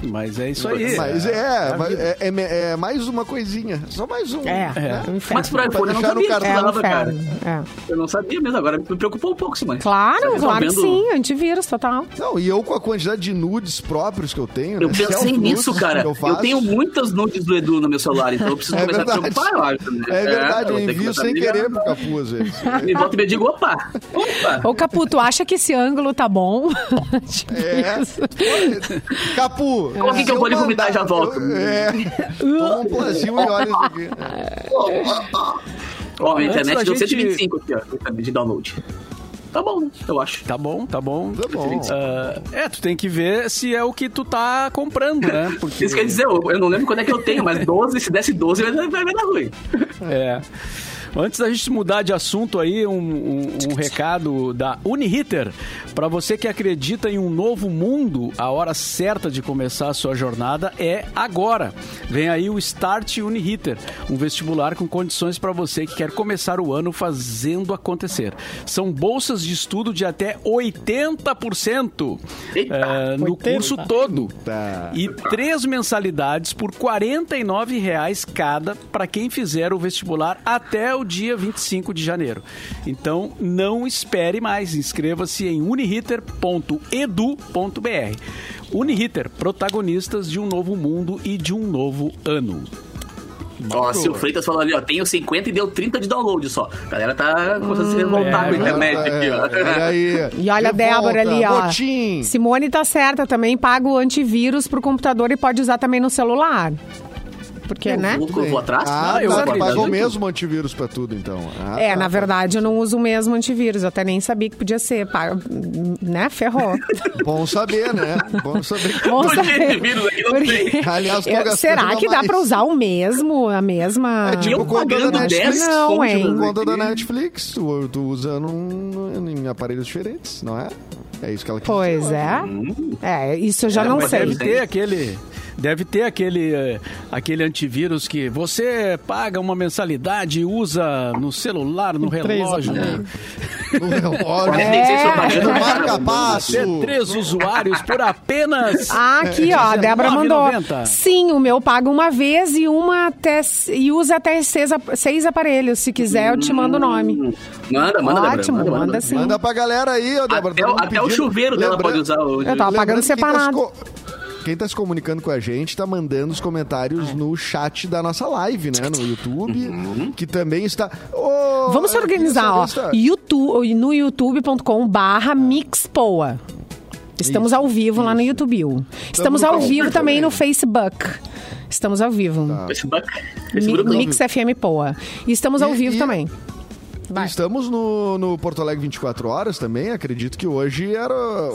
S2: Mas é isso aí.
S4: Mas é,
S2: a
S4: mas
S2: vida.
S4: é, é- é mais uma coisinha. Só mais um.
S1: É,
S4: né?
S1: um inferno.
S3: Mas pro iPhone eu não
S4: deixar no
S3: sabia que
S4: cartão.
S1: É, um
S3: dava, cara.
S1: inferno. É.
S3: Eu não sabia mesmo, agora me preocupou um pouco, Simone. Tá
S1: Claro, claro que
S3: resolvendo-
S1: sim, antivírus total.
S4: Não, e eu com a quantidade de nudes próprios que eu tenho.
S3: Eu
S4: né?
S3: pensei
S4: Self-nudes
S3: nisso, cara.
S4: que
S3: Eu,
S4: faço.
S3: tenho muitas nudes do Edu no meu celular, então eu preciso
S4: É
S3: começar a
S4: verdade.
S3: preocupar, eu acho. né?
S4: É verdade,
S3: eu vou
S4: eu
S3: ter que né?
S4: envio
S3: começar a
S4: sem
S3: me ligar.
S4: querer pro Capu às vezes.
S3: E volta e me Então, digo, opa, opa.
S1: Ô, Caputo, acha que esse ângulo tá bom? Tipo
S4: É.
S1: isso.
S4: Capu!
S3: Como é que
S4: se
S3: eu vou lhe
S4: mandar-
S3: vomitar e já volto?
S4: Eu- É. Toma um plazinho e olha isso aqui.
S3: Ó, a internet
S2: Antes da
S3: deu
S2: gente-
S3: 125 aqui, ó, de download. Tá bom, né? Eu acho.
S2: Tá bom, tá bom.
S4: Tá bom.
S2: Ah, é, tu tem que ver se é o que tu tá comprando, né? Porque...
S3: Isso quer dizer, eu, eu não lembro quando é que eu tenho, mas 12, se desse 12, vai, vai, vai dar ruim.
S2: É. Antes da gente mudar de assunto aí, um, um- um recado da Unihitter. Para você que acredita em um novo mundo, a hora certa de começar a sua jornada é agora. Vem aí o Start Unihitter, um vestibular com condições para você que quer começar o ano fazendo acontecer. São bolsas de estudo de até 80%
S3: Eita,
S2: eh, no
S1: 80.
S2: curso todo. E três mensalidades por R$ 49 reais cada para quem fizer o vestibular até o dia 25 de janeiro. Então, não espere mais. Inscreva-se em uniriter.edu.br. Uniriter, protagonistas de um novo mundo e de um novo ano.
S3: Ó, se o Freitas falou ali, ó, tenho 50 e deu 30 de download só. A galera tá começando a se revoltar
S4: É,
S3: com a internet aqui, ó.
S4: Olha aí.
S1: E olha a
S4: De
S1: Débora
S4: volta,
S1: ali, ó.
S4: Botim.
S1: Simone tá certa também, paga o antivírus pro computador e pode usar também no celular. Porque, né?
S3: Eu vou, eu vou atrás?
S4: Ah,
S3: né? eu
S4: tá,
S3: vou
S4: tu pagou
S3: atrás.
S4: mesmo antivírus pra tudo, então. Ah,
S1: É,
S4: tá.
S1: na verdade, eu não uso o mesmo antivírus. Eu até nem sabia que podia ser. pá, Né? Ferrou.
S4: Bom saber, né? Bom saber. que-
S1: Bom
S3: Tô cheio de
S1: saber.
S3: vírus aqui, não
S1: Porque-
S3: tem.
S4: Aliás, tô
S1: Eu-
S4: gastando
S1: será que dá
S4: mais.
S1: pra usar o mesmo, a mesma...
S4: É tipo
S3: Eu
S4: conta da
S3: um pagando 10
S4: Netflix.
S1: Não, é.
S3: conto
S1: hein?
S3: no-
S4: Conta da Netflix, tu, tu usa num- um, em aparelhos diferentes, não é? É isso que ela quis
S1: Pois
S4: dizer, eu
S1: é.
S4: Hum.
S1: É, isso eu já
S3: É,
S1: não
S2: Mas
S3: mas
S1: sei.
S2: deve ter aquele. Deve ter aquele, eh, aquele antivírus que você paga uma mensalidade e usa no celular, no
S1: Três
S2: relógio. né?
S1: é.
S4: acho. No relógio.
S3: Tem que ser propaganda,
S4: No
S3: cara,
S4: marca
S3: não-
S4: passo.
S3: é
S2: Ter três usuários por apenas.
S1: Ah,
S4: É,
S1: aqui, ó, a Débora mandou.
S2: 19,90.
S1: Sim, o meu paga uma vez e uma até e usa até seis, ap- seis aparelhos. Se quiser, eu te mando o nome.
S3: Hum, Manda, manda, Gabriel,
S1: Ótimo,
S3: manda,
S1: manda sim.
S4: Manda pra galera aí, ó, Débora. tá
S3: Até,
S4: todo
S3: o-
S4: mundo
S3: até o
S4: pedindo.
S3: chuveiro dela
S4: Lembra-
S3: pode usar hoje.
S1: Eu tava pagando
S4: Lembrando que quem tá se
S1: separado.
S4: co- Quem tá se comunicando com a gente tá mandando os
S1: É.
S4: comentários no chat da nossa live, né? No YouTube,
S3: Uhum.
S4: que também está... Ô,
S1: Vamos se
S4: eu queria
S1: organizar,
S4: saber
S1: ó.
S4: se tá-
S1: YouTube, no youtube.com barra mixpoa. Estamos ao vivo lá no YouTube. Estamos ao
S4: no
S1: vivo
S4: Facebook
S1: também
S4: também.
S1: no Facebook. Estamos ao vivo.
S4: Tá.
S3: Esse bac- esse
S1: Mi-
S3: grupo não.
S1: Mix FM Poa. E estamos ao
S4: E-
S1: vivo
S4: e-
S1: também. Vai.
S4: Estamos no, no Porto Alegre 24 horas também. Acredito que hoje era.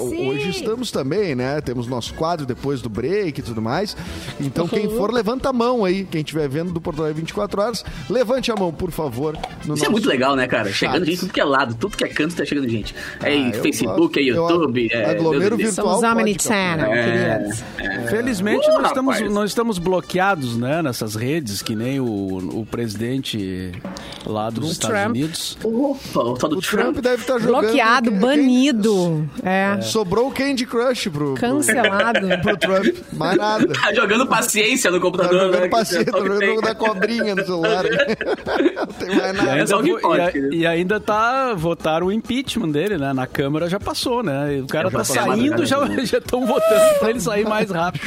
S1: Sim.
S4: Hoje estamos também, né? Temos nosso quadro depois do break e tudo mais. Então, quem
S1: Uhum.
S4: for, levanta a mão aí. Quem estiver vendo do Porto Alegre 24 horas, levante a mão, por favor. no
S3: Isso é
S4: nosso
S3: muito legal, né, cara?
S4: chat.
S3: Chegando gente, tudo que é lado, tudo que é canto tá chegando gente. É em
S4: Ah, eu
S3: Facebook, é
S4: gosto.
S3: YouTube,
S4: Eu
S3: é.
S4: aglomero
S3: Deus
S4: virtual.
S1: Somos
S4: pode,
S1: Omnichannel,
S3: É.
S1: queridos.
S2: Felizmente,
S3: Uh,
S2: nós, estamos,
S3: rapaz.
S2: nós estamos bloqueados né, nessas redes, que nem o, o presidente lá dos Estados
S1: Trump.
S2: Unidos. Unidos.
S3: Opa, o tal do
S4: O
S3: Trump.
S4: Trump deve estar jogando.
S1: Bloqueado,
S4: quem- quem-
S1: banido. É.
S4: Sobrou o Candy Crush pro, pro,
S1: Cancelado.
S4: pro Trump. Mais nada.
S3: Tá jogando paciência no
S4: Tá
S3: computador,
S4: jogando
S3: né?
S4: passeio, tá
S3: Só que
S4: jogando
S3: tem.
S4: jogo da cobrinha no celular. Não tem mais
S2: E
S4: nada.
S2: ainda,
S3: Mas alguém
S2: vo-
S3: pode,
S2: e a-
S3: querido.
S2: e ainda tá votaram o impeachment dele, né? Na Câmara já passou, né? E o cara
S3: Já
S2: tá
S3: passou na
S2: saindo, já
S3: madrugada. né?
S2: estão votando pra ele sair mais rápido.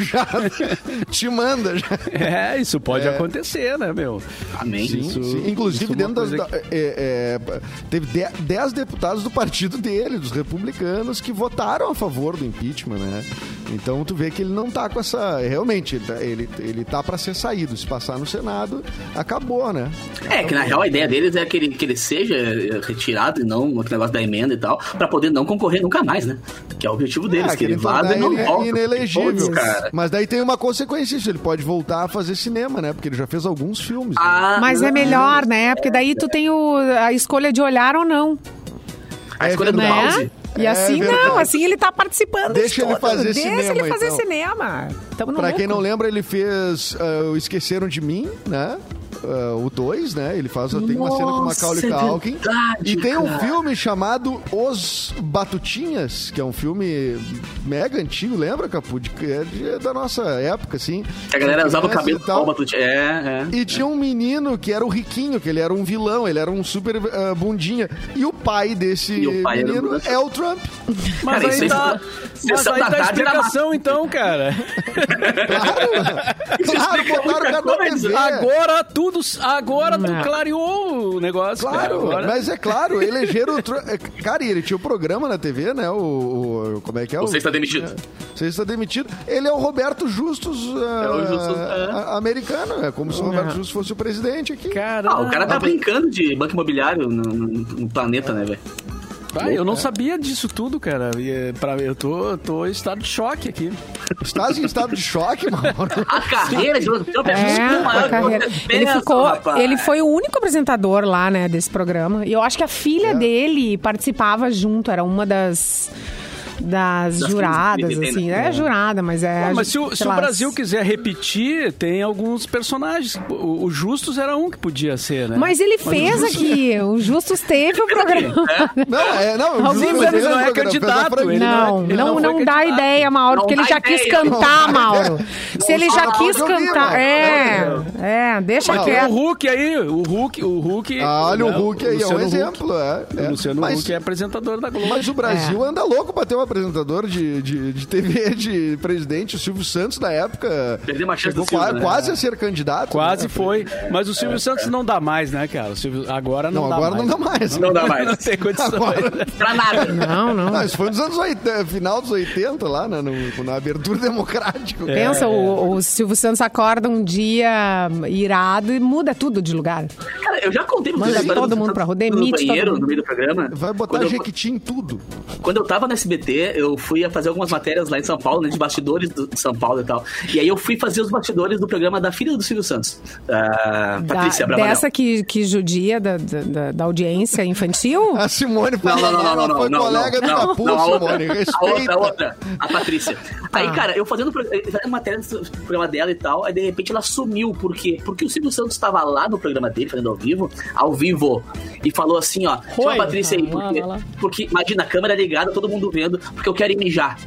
S4: Te manda já.
S2: É, isso pode acontecer, né, meu?
S3: Amém.
S2: Isso-
S4: Sim, inclusive,
S2: isso é uma
S4: dentro das.
S2: coisa
S4: da- é, é, teve 10 deputados do partido dele, dos republicanos, que votaram a favor do impeachment, né? Então tu vê que ele não tá com essa. Realmente, ele tá, ele, ele tá pra ser saído. Se passar no Senado, acabou, né?
S3: É, que na real a ideia deles é que ele, que ele seja eh, retirado e não aquele negócio da emenda e tal, pra poder não concorrer nunca mais, né? Que é o objetivo deles,
S4: Ah,
S3: que ele um
S4: querem
S3: vaza
S4: tornar
S3: e não
S4: ele
S3: volta. Putz,
S4: inelegível.
S3: cara.
S4: Mas daí tem uma consequência isso, ele pode voltar a fazer cinema, né? Porque ele já fez alguns filmes. né?
S3: Ah,
S1: Mas é
S3: não.
S1: melhor, né? Porque daí tu tem o- a escolha de olhar ou não.
S3: A escolha do
S1: né?
S3: mouse.
S1: E
S4: É
S1: assim
S4: verdade.
S1: não, assim ele tá participando. da
S4: Deixa ele
S1: história.
S4: fazer
S1: Deixa
S4: cinema,
S1: ele fazer
S4: então.
S1: cinema. Tamo no
S4: Pra quem
S1: lucro.
S4: não lembra, ele fez ah, o Esqueceram de Mim, né? Ah, o 2, né? Ele faz, tem uma cena com o Macaulay
S3: Nossa, é
S4: Culkin.
S3: verdade,
S4: e tem um
S3: cara.
S4: filme chamado Os Batutinhas, que é um filme mega antigo, lembra, Capu? De, é de- é da nossa época, assim.
S3: Que a galera usava o
S4: Crianças
S3: cabelo
S4: e
S3: com
S4: tal.
S3: o batutinha. É, é.
S4: E tinha um menino que era o riquinho, que ele era um vilão, ele era um super ah, bundinha. E o pai desse
S3: E o pai era um
S4: menino
S3: branco.
S4: é o Trump.
S2: Mas
S3: Cara, isso
S2: aí
S3: aí
S2: tá,
S3: sessão-
S2: mas
S3: sessão
S2: aí
S3: da
S2: tá a
S3: tarde era
S2: explicação, então, cara.
S4: Claro! claro,
S3: explica
S4: botaram o cara É, na
S3: muita né?
S4: TV.
S2: Agora tudo. Agora tu
S1: Não.
S2: clareou o negócio. cara.
S4: Claro,
S2: Agora-
S4: mas é claro, elegeram o Trump. É, Cara, e ele tinha o programa na TV, né? O, o- Como é que é?
S3: Você
S4: o...
S3: está demitido.
S4: Você está demitido. Ele é o Roberto Justus, ah,
S3: o Justus, é.
S4: a- americano. É como se o Roberto Justus fosse o presidente aqui.
S2: Caramba.
S3: Ah, o cara tá brincando de banco imobiliário no, no- no planeta, né, velho?
S2: Ah, eu não sabia disso tudo, cara. E, é, pra- eu tô, tô em estado de choque aqui.
S4: Estás em estado de choque, Mauro.
S3: A carreira de Donald Trump é,
S1: É,
S4: um
S3: muito maior
S1: a
S3: que qualquer
S1: carreira. Ele
S3: peça,
S1: ficou,
S3: rapaz.
S1: ele foi o único apresentador lá, né, desse programa. E eu acho que a
S4: É.
S1: filha dele participava junto, era uma das das,
S3: Das que
S1: juradas,
S3: ele tem,
S1: assim.
S3: né?
S1: É jurada, mas é.
S2: Pô, mas se o,
S1: sei
S2: se o
S1: lá,
S2: Brasil quiser repetir, tem alguns personagens. O, o Justus era um que podia ser, né?
S1: Mas ele fez aqui, o Justus teve o programa.
S4: Não, é, não,
S1: Alguns
S4: Justus
S1: anos
S4: fez
S2: não
S4: o
S2: é
S4: programa, fez a
S2: candidato,
S4: franquia.
S2: ele
S1: Não,
S2: não é- ele
S1: não,
S2: não
S1: não
S2: foi
S1: dá
S2: candidato.
S1: ideia, Mauro,
S3: Não
S1: porque ele
S3: dá
S1: já quis
S3: ideia.
S1: cantar,
S4: Não dá
S1: Mauro.
S4: ideia.
S1: Se ele
S4: Não
S1: já
S4: dá
S1: quis
S4: pra ouvir,
S1: cantar,
S4: Mauro.
S1: é, é, deixa
S4: Mas
S2: Tem o
S1: quieto.
S2: Hulk aí, o Hulk, o Hulk.
S4: Ah, Olha, o
S2: né,
S4: Hulk aí é um
S2: Luciano Huck.
S4: exemplo. É, é.
S2: O Luciano
S4: Mas-
S2: Huck é apresentador da Globo. É,
S4: Mas o Brasil
S1: É.
S4: anda louco pra ter um apresentador de, de, de TV, de presidente. O Silvio Santos, na época,
S3: Perdeu uma chance
S4: chegou
S3: do Silvio,
S4: qua-
S3: né?
S4: quase a ser candidato.
S2: Quase
S4: né?
S2: foi. Mas o Silvio Santos não dá mais, né, cara? O Silvio, agora não,
S4: É. Não,
S2: dá
S4: agora
S2: mais.
S4: não dá mais.
S3: Não dá mais.
S2: não tem condições.
S4: Agora-
S3: Pra nada.
S1: Não, não.
S4: Não, isso foi nos anos 80, final dos 80, lá né, no- na abertura democrática.
S3: É.
S1: Pensa, o,
S4: é.
S1: o Silvio Santos acorda um dia irado e muda tudo de lugar.
S3: Cara, eu já contei pra
S1: Manda
S3: vocês a história
S1: todo
S3: do-
S1: mundo pra rua,
S3: no
S1: demite todo
S3: banheiro,
S1: mundo.
S3: no meio do programa.
S4: Vai botar
S3: Quando eu-
S4: Jequiti em tudo.
S3: Quando eu tava no SBT, eu fui fazer algumas matérias lá em São Paulo, né, de bastidores do- de São Paulo e tal. E aí eu fui fazer os bastidores do programa da filha do Silvio Santos, da Patrícia
S1: Da-
S3: Abravanel.
S1: dessa que, que judia da, da- da, da audiência infantil?
S4: A Simone
S3: Não, não, não, não, não,
S4: ela
S3: não,
S4: foi
S3: não, não,
S4: colega do
S3: não,
S4: Capu,
S3: não, a outra,
S4: Simone. Respeita.
S3: a outra, a outra, a Patrícia. Aí, cara, eu fazendo, pro- fazendo matéria do programa dela e tal, aí de repente ela sumiu, por quê? Porque o Silvio Santos estava lá no programa dele, fazendo ao vivo, ao vivo, e falou assim, ó, chama a Patrícia aí,
S1: Ah, lá,
S3: porque,
S1: lá, lá.
S3: porque, imagina, a câmera ligada, todo mundo vendo, porque eu quero ir mijar.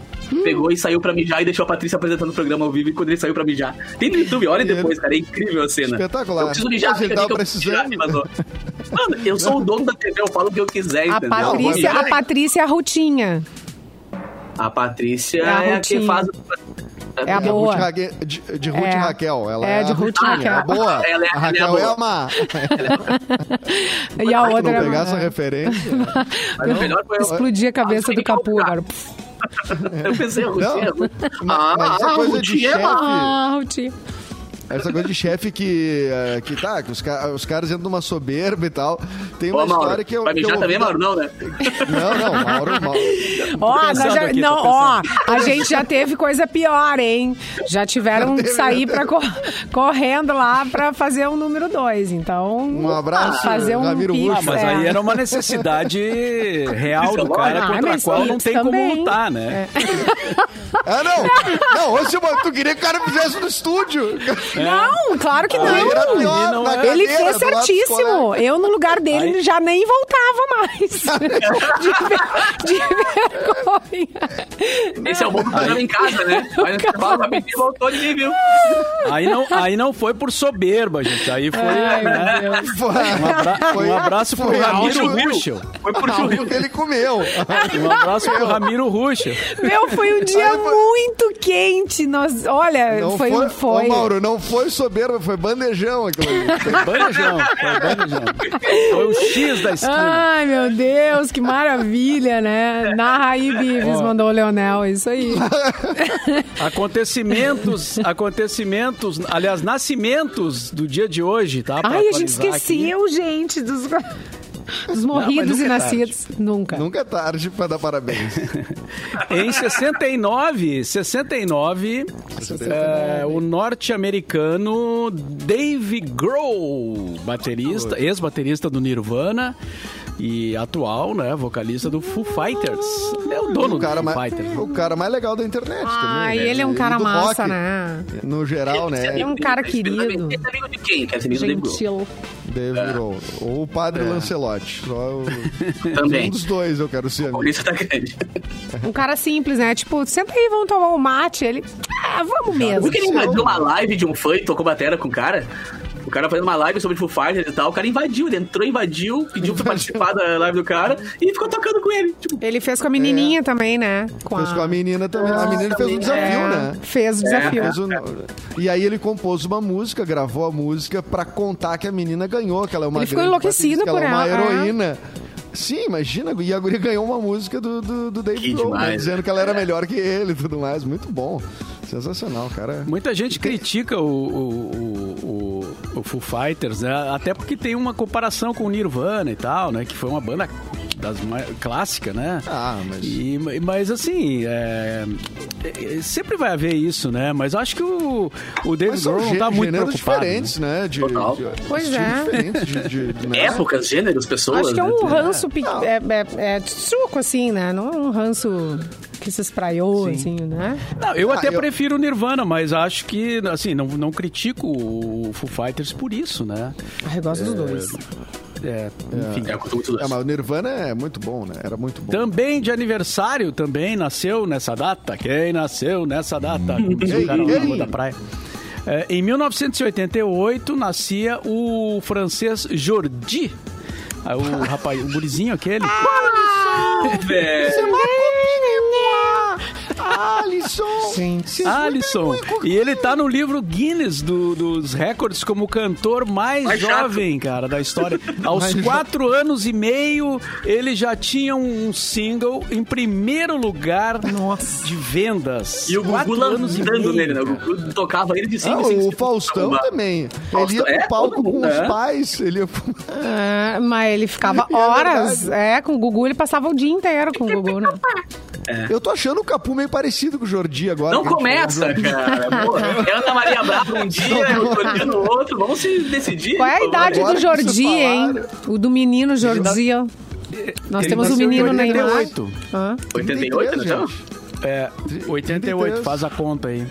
S3: Pegou e saiu pra mijar e deixou a Patrícia apresentando o programa ao vivo e quando ele saiu pra mijar. Tem no YouTube, olha depois, cara. É incrível a cena.
S4: Espetacular.
S3: Eu preciso mijar,
S4: Mas ele
S3: fica
S4: tava
S3: aqui que eu preciso mijar,
S4: precisando.
S3: me mandou. Mano, eu sou o dono da TV, eu falo o que eu quiser,
S1: A
S3: entendeu? Eu vou
S1: Patrícia,
S3: mijar
S1: a Patrícia Rutinha.
S3: a Patrícia
S1: É a
S3: é a que
S1: Rutinha.
S3: faz.
S1: É a
S4: É
S1: boa.
S4: Ruth Raque- de, de Ruth
S1: É.
S4: Raquel. Ela
S1: É,
S4: é,
S1: de
S4: a
S1: Ruth
S4: Rutinha,
S1: Raquel.
S4: é boa.
S3: Ela é- ela é
S4: a Raquel é
S3: boa.
S4: uma.
S1: E a
S4: Se não
S1: outra. é
S4: pegar essa referência.
S3: Mas o melhor foi eu-
S1: Explodir a cabeça
S3: Ah,
S1: do Capu
S3: cara.
S1: agora. Puf.
S3: Eu pensei, é a
S4: Não,
S3: Rutinha.
S4: mas- mas isso é coisa de
S3: Rutinha,
S4: chefe.
S3: Ah, mano.
S1: Ah, Rutinha.
S4: Essa coisa de chefe que, eh, que tá, que os, ca- os caras entram numa soberba e tal. Tem uma
S3: Ô,
S4: história
S3: Mauro,
S4: que eu.
S3: vai
S4: que eu
S3: mijar
S4: ouvi
S3: também,
S4: da-
S3: Mauro? Não, né?
S4: Não, não, Mauro, Mauro.
S1: Ó, nós
S2: pensando
S1: já-
S2: aqui, tô
S1: não, ó, a gente já teve coisa pior, hein? Já tiveram que
S4: teve,
S1: sair pra co- correndo lá pra fazer o número dois. Então,
S4: Um abraço,
S1: fazer um
S4: Ramiro
S1: pix,
S4: Russo.
S2: Ah, mas
S1: é.
S2: aí era uma necessidade real do cara
S1: Ah,
S2: contra a
S1: mas
S2: qual
S1: isso
S2: não tem
S1: também. É.
S2: como lutar, né?
S4: Ah, não! Não, ô Simone, tu queria que o cara fizesse no estúdio.
S1: Não, claro que não.
S4: Ele era pior
S2: Não
S4: na
S2: é.
S4: cadeira,
S1: Ele fez
S4: do lado dos
S1: certíssimo.
S4: colegas.
S1: Eu, no lugar dele,
S2: Aí-
S1: já nem voltava mais. de, ver- de vergonha.
S3: Esse é o bom que tava em casa, né? Olha, você fala, vai pedir voltou ali, viu?
S2: Aí não, aí não foi por soberba, gente. Aí foi.
S1: Ai,
S2: né?
S1: meu Deus.
S2: Um, abra- um abraço pro
S4: foi
S2: Ramiro
S4: algo-
S2: Ruschel.
S3: Foi pro
S4: Algo
S3: churril.
S4: que ele comeu.
S2: Um abraço pro Ramiro Ruschel.
S1: Meu, foi um dia
S4: Aí foi-
S1: muito quente. Nós, olha,
S4: Não
S1: foi,
S4: foi,
S1: um foi.
S4: Ô, Mauro, não foi soberba, foi bandejão aquilo ali.
S2: Foi bandejão. Foi bandejão. Foi o X da esquina.
S1: Ai, meu Deus, que maravilha, né? Narra aí, Bives,
S2: Ó.
S1: mandou o Leonel, é isso aí.
S2: Acontecimentos, acontecimentos, aliás, nascimentos do dia de hoje, tá? Pra
S1: Ai, a gente
S2: atualizar aqui.
S1: esqueceu, gente, dos, dos
S2: Não, mas
S1: morridos
S2: nunca
S1: e
S2: é
S1: nascidos. Nunca.
S4: Nunca é tarde pra dar parabéns.
S2: Em 69, 69, é, o norte-americano Dave Grohl, baterista, ex-baterista do Nirvana e atual, né, vocalista do Foo Fighters. Ele é o dono
S4: o, cara
S2: do Foo
S4: mais,
S2: Fighters. né?
S4: o cara mais legal da internet
S1: Ai,
S4: também. né?
S1: ele é um
S4: E
S1: cara
S4: do
S1: massa,
S4: rock,
S1: né?
S4: No geral, né?
S1: É um cara
S3: Esse
S1: querido.
S3: amigo também- Esse amigo de quem? Quer ser amigo do Dave
S1: Gentil.
S3: É.
S4: Dave Grohl. Ou o Padre Lancelotti. Só o-
S3: Grohl?
S4: um
S3: É. Também.
S4: dos dois eu quero ser
S3: Por
S4: amigo.
S3: isso tá grande.
S1: Um cara simples, né? Tipo, senta aí, vamos tomar um mate. Ele, ah, vamos mesmo.
S3: Viu que ele invadiu uma live de um fã e tocou batera com o cara? O cara fazendo uma live sobre Foo Fighters e tal. O cara invadiu, ele entrou, invadiu, pediu pra participar da live do cara e ficou tocando com ele. Tipo,
S1: Ele fez com a menininha também, né?
S4: É. Fez com a menina também. A menina fez um desafio,
S1: É,
S4: né?
S1: Fez o desafio.
S4: Fez um- E aí ele compôs uma música, gravou a música pra contar que a menina ganhou, que ela é uma
S1: Ele ficou
S4: grande
S1: enlouquecido
S4: baterista, que
S1: por
S4: ela. é
S1: ela,
S4: uma heroína. Sim, imagina, e a guria ganhou uma música do, do, do David
S3: Que
S4: Grohl, né?
S3: demais.
S4: dizendo que ela era melhor que ele e tudo mais. Muito bom. Sensacional, cara.
S2: Muita gente critica o, o, o, o- o Foo Fighters, né? Até porque tem uma comparação com o Nirvana e tal, né? Que foi uma banda das mai- clássica, né?
S4: Ah, mas-
S2: E- mas assim, é, é, sempre vai haver isso, né? Mas acho que o, o David
S4: Mas são
S2: Grohl não tá
S4: gê-
S2: muito
S4: gêneros
S2: preocupado. né?
S4: diferentes, né? De,
S3: Total. É,
S4: de-
S1: Pois
S4: estilos
S1: é.
S4: diferentes de- de- né?
S3: épocas, gêneros, pessoas.
S1: Acho que é
S3: né?
S1: um ranço pe-
S4: Não.
S1: é, é, é suco, assim, né? Não é um ranço que se espraiou, assim, né?
S2: Não, eu
S4: Ah,
S2: até
S4: eu-
S2: prefiro o Nirvana, mas acho que, assim, não, não critico o Foo Fighters por isso, né?
S1: Ah, eu gosto dos dois.
S2: É, enfim.
S3: É, eu curto muito
S4: É,
S3: dessa.
S4: mas o Nirvana é muito bom, né? Era muito bom.
S2: Também de aniversário, também nasceu nessa data. Quem nasceu nessa data? Como diz o
S4: Hum. Ei,
S2: cara lá na
S4: ei.
S2: rua da praia. É, em 1988 nascia o francês Jordi. Ah, O rapaz, o gurizinho aquele.
S3: É,
S4: Alisson!
S1: Gente.
S3: Ah,
S2: Alisson. E ele tá no livro Guinness do- dos recordes como o cantor mais,
S3: Mais chato.
S2: jovem, cara, da história. Aos quatro anos e meio, ele já tinha um single em primeiro lugar
S1: Nossa.
S2: de vendas.
S3: E o Gugu
S2: Quatro anos e
S3: lançando
S2: meio,
S3: nele, né? O
S2: cara.
S3: Gugu tocava ele de
S4: Ah,
S3: cima.
S4: o Faustão também. Ele ia
S3: Faustão-
S4: pro
S3: é,
S4: palco
S3: todo mundo,
S4: com os
S3: né?
S4: pais. Ele ia pro...
S1: Ah, mas ele ficava
S4: É
S1: horas, é, com o Gugu, ele passava o dia inteiro com o Gugu, né?
S4: Eu tô achando o Capu meio parecido com o Jordi agora.
S3: É. Não
S4: que a gente
S3: começa,
S4: falou do Jordi.
S3: cara. Pô, é Ana Maria Braga um dia, o Jordi no outro. Vamos se decidir. né?
S1: Qual é a
S3: por favor.
S1: idade
S4: Agora
S1: do
S4: que vocês
S1: Jordi, hein? O do menino Jordi, ó. Nós
S2: Ele
S1: temos o
S2: nasceu em
S1: menino na
S2: 88.
S1: imagem. Hã?
S3: 88, não
S4: 33,
S3: chama?
S4: gente.
S2: É, 88, faz a conta aí.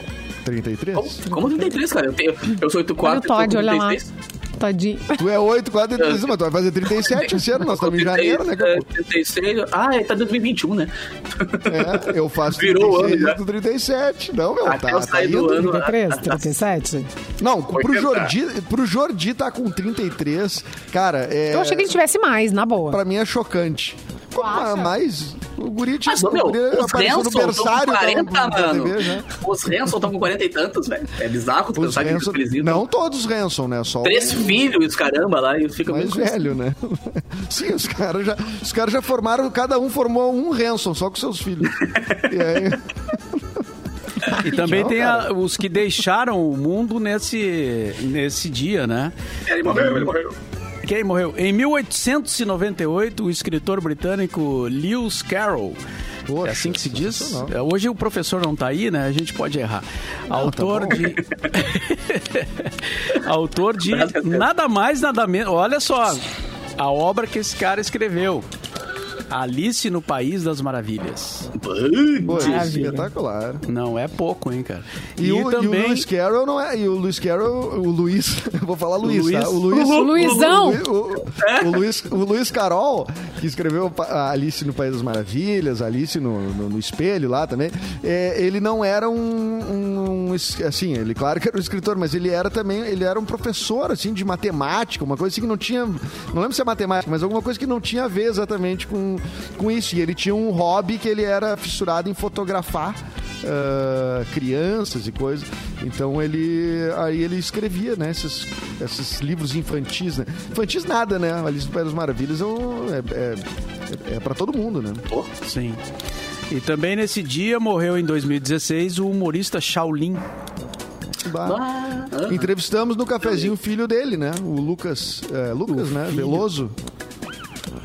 S4: 33?
S3: Como 33, cara? Eu, tenho, eu sou 84,
S1: Olha o Todd,
S3: eu tô
S1: olha
S3: com
S1: lá.
S3: 33.
S1: Todinho.
S4: Tu é 8, 4, 33, mas tu vai fazer 37 esse ano, nós estamos em janeiro, né,
S3: É,
S4: Capu?
S3: 36. Ah, é, tá 2021, né?
S4: É, eu faço
S3: Virou o ano,
S4: 36,
S3: né?
S4: eu tô 37. Não, meu,
S3: Até eu
S4: tá, tá
S3: sair do
S4: indo.
S3: ano. ah,
S1: 33, 37?
S4: Não, pro
S3: 80.
S4: Jordi, pro Jordi tá com 33, cara, é...
S1: Eu achei que ele tivesse mais, na boa.
S4: Pra mim é chocante. Como
S1: acha?
S4: a mais... O guri tinha...
S3: Mas, ô,
S4: o
S3: meu,
S4: guri
S3: os
S4: apareceu no
S3: Hanson estão com
S4: berçário
S3: 40,
S4: da- da
S3: mano.
S4: TV, né?
S3: Os Hanson estão com 40 e tantos, velho. É bizarro tu
S4: Os
S3: pensar que eles
S4: Hanson-
S3: felizes.
S4: não todos Ransom, né? Só
S3: Três
S4: o
S3: filhos e os caramba lá, e fica
S4: mais
S3: muito
S4: velho, né? Sim, os caras já, os caras já formaram, cada um formou um Ransom, só com seus filhos. E aí,
S2: E também
S4: Não,
S2: tem a- os que deixaram o mundo nesse, nesse dia, né?
S3: É, Ele morreu, ele morreu.
S2: Quem morreu? Em 1898, o escritor britânico Lewis Carroll.
S4: Poxa,
S2: é assim que se diz?
S4: sensacional. tá
S2: É, Hoje o professor não tá aí, né? A gente pode errar. Autor
S4: bom.
S2: de. Autor de nada mais, nada menos. Olha só a obra que esse cara escreveu. Alice no País das Maravilhas.
S4: Pô, isso é
S1: Maravilha.
S4: espetacular.
S2: Não é pouco, hein, cara?
S4: E, um o, e o Lewis Carroll não é. E o Lewis Carroll, o Luiz. eu vou falar Luiz,
S2: Luiz.
S4: tá? O Luiz.
S1: O Luizão.
S4: O, o- o Luiz, o Luiz Carol, que escreveu pa- a Alice no País das Maravilhas, Alice no, no, no Espelho lá também, é, ele não era um, um- um es- Assim, ele, claro que era um escritor, mas ele era também. Ele era um professor, assim, de matemática, uma coisa assim que não tinha. Não lembro se é matemática, mas alguma coisa que não tinha a ver exatamente com, com isso. E ele tinha um hobby que ele era fissurado em fotografar. ah, crianças e coisas. Então ele aí ele escrevia, né, esses, esses livros infantis, né? Infantis nada, né? Alice no País das Maravilhas é, um- é, é, é para todo mundo, né?
S2: Sim. E também nesse dia morreu em 2016 o humorista Shaolin.
S4: Bah.
S3: Ah,
S4: Entrevistamos no cafezinho o filho dele, né? O Lucas, é, Lucas, né? Veloso.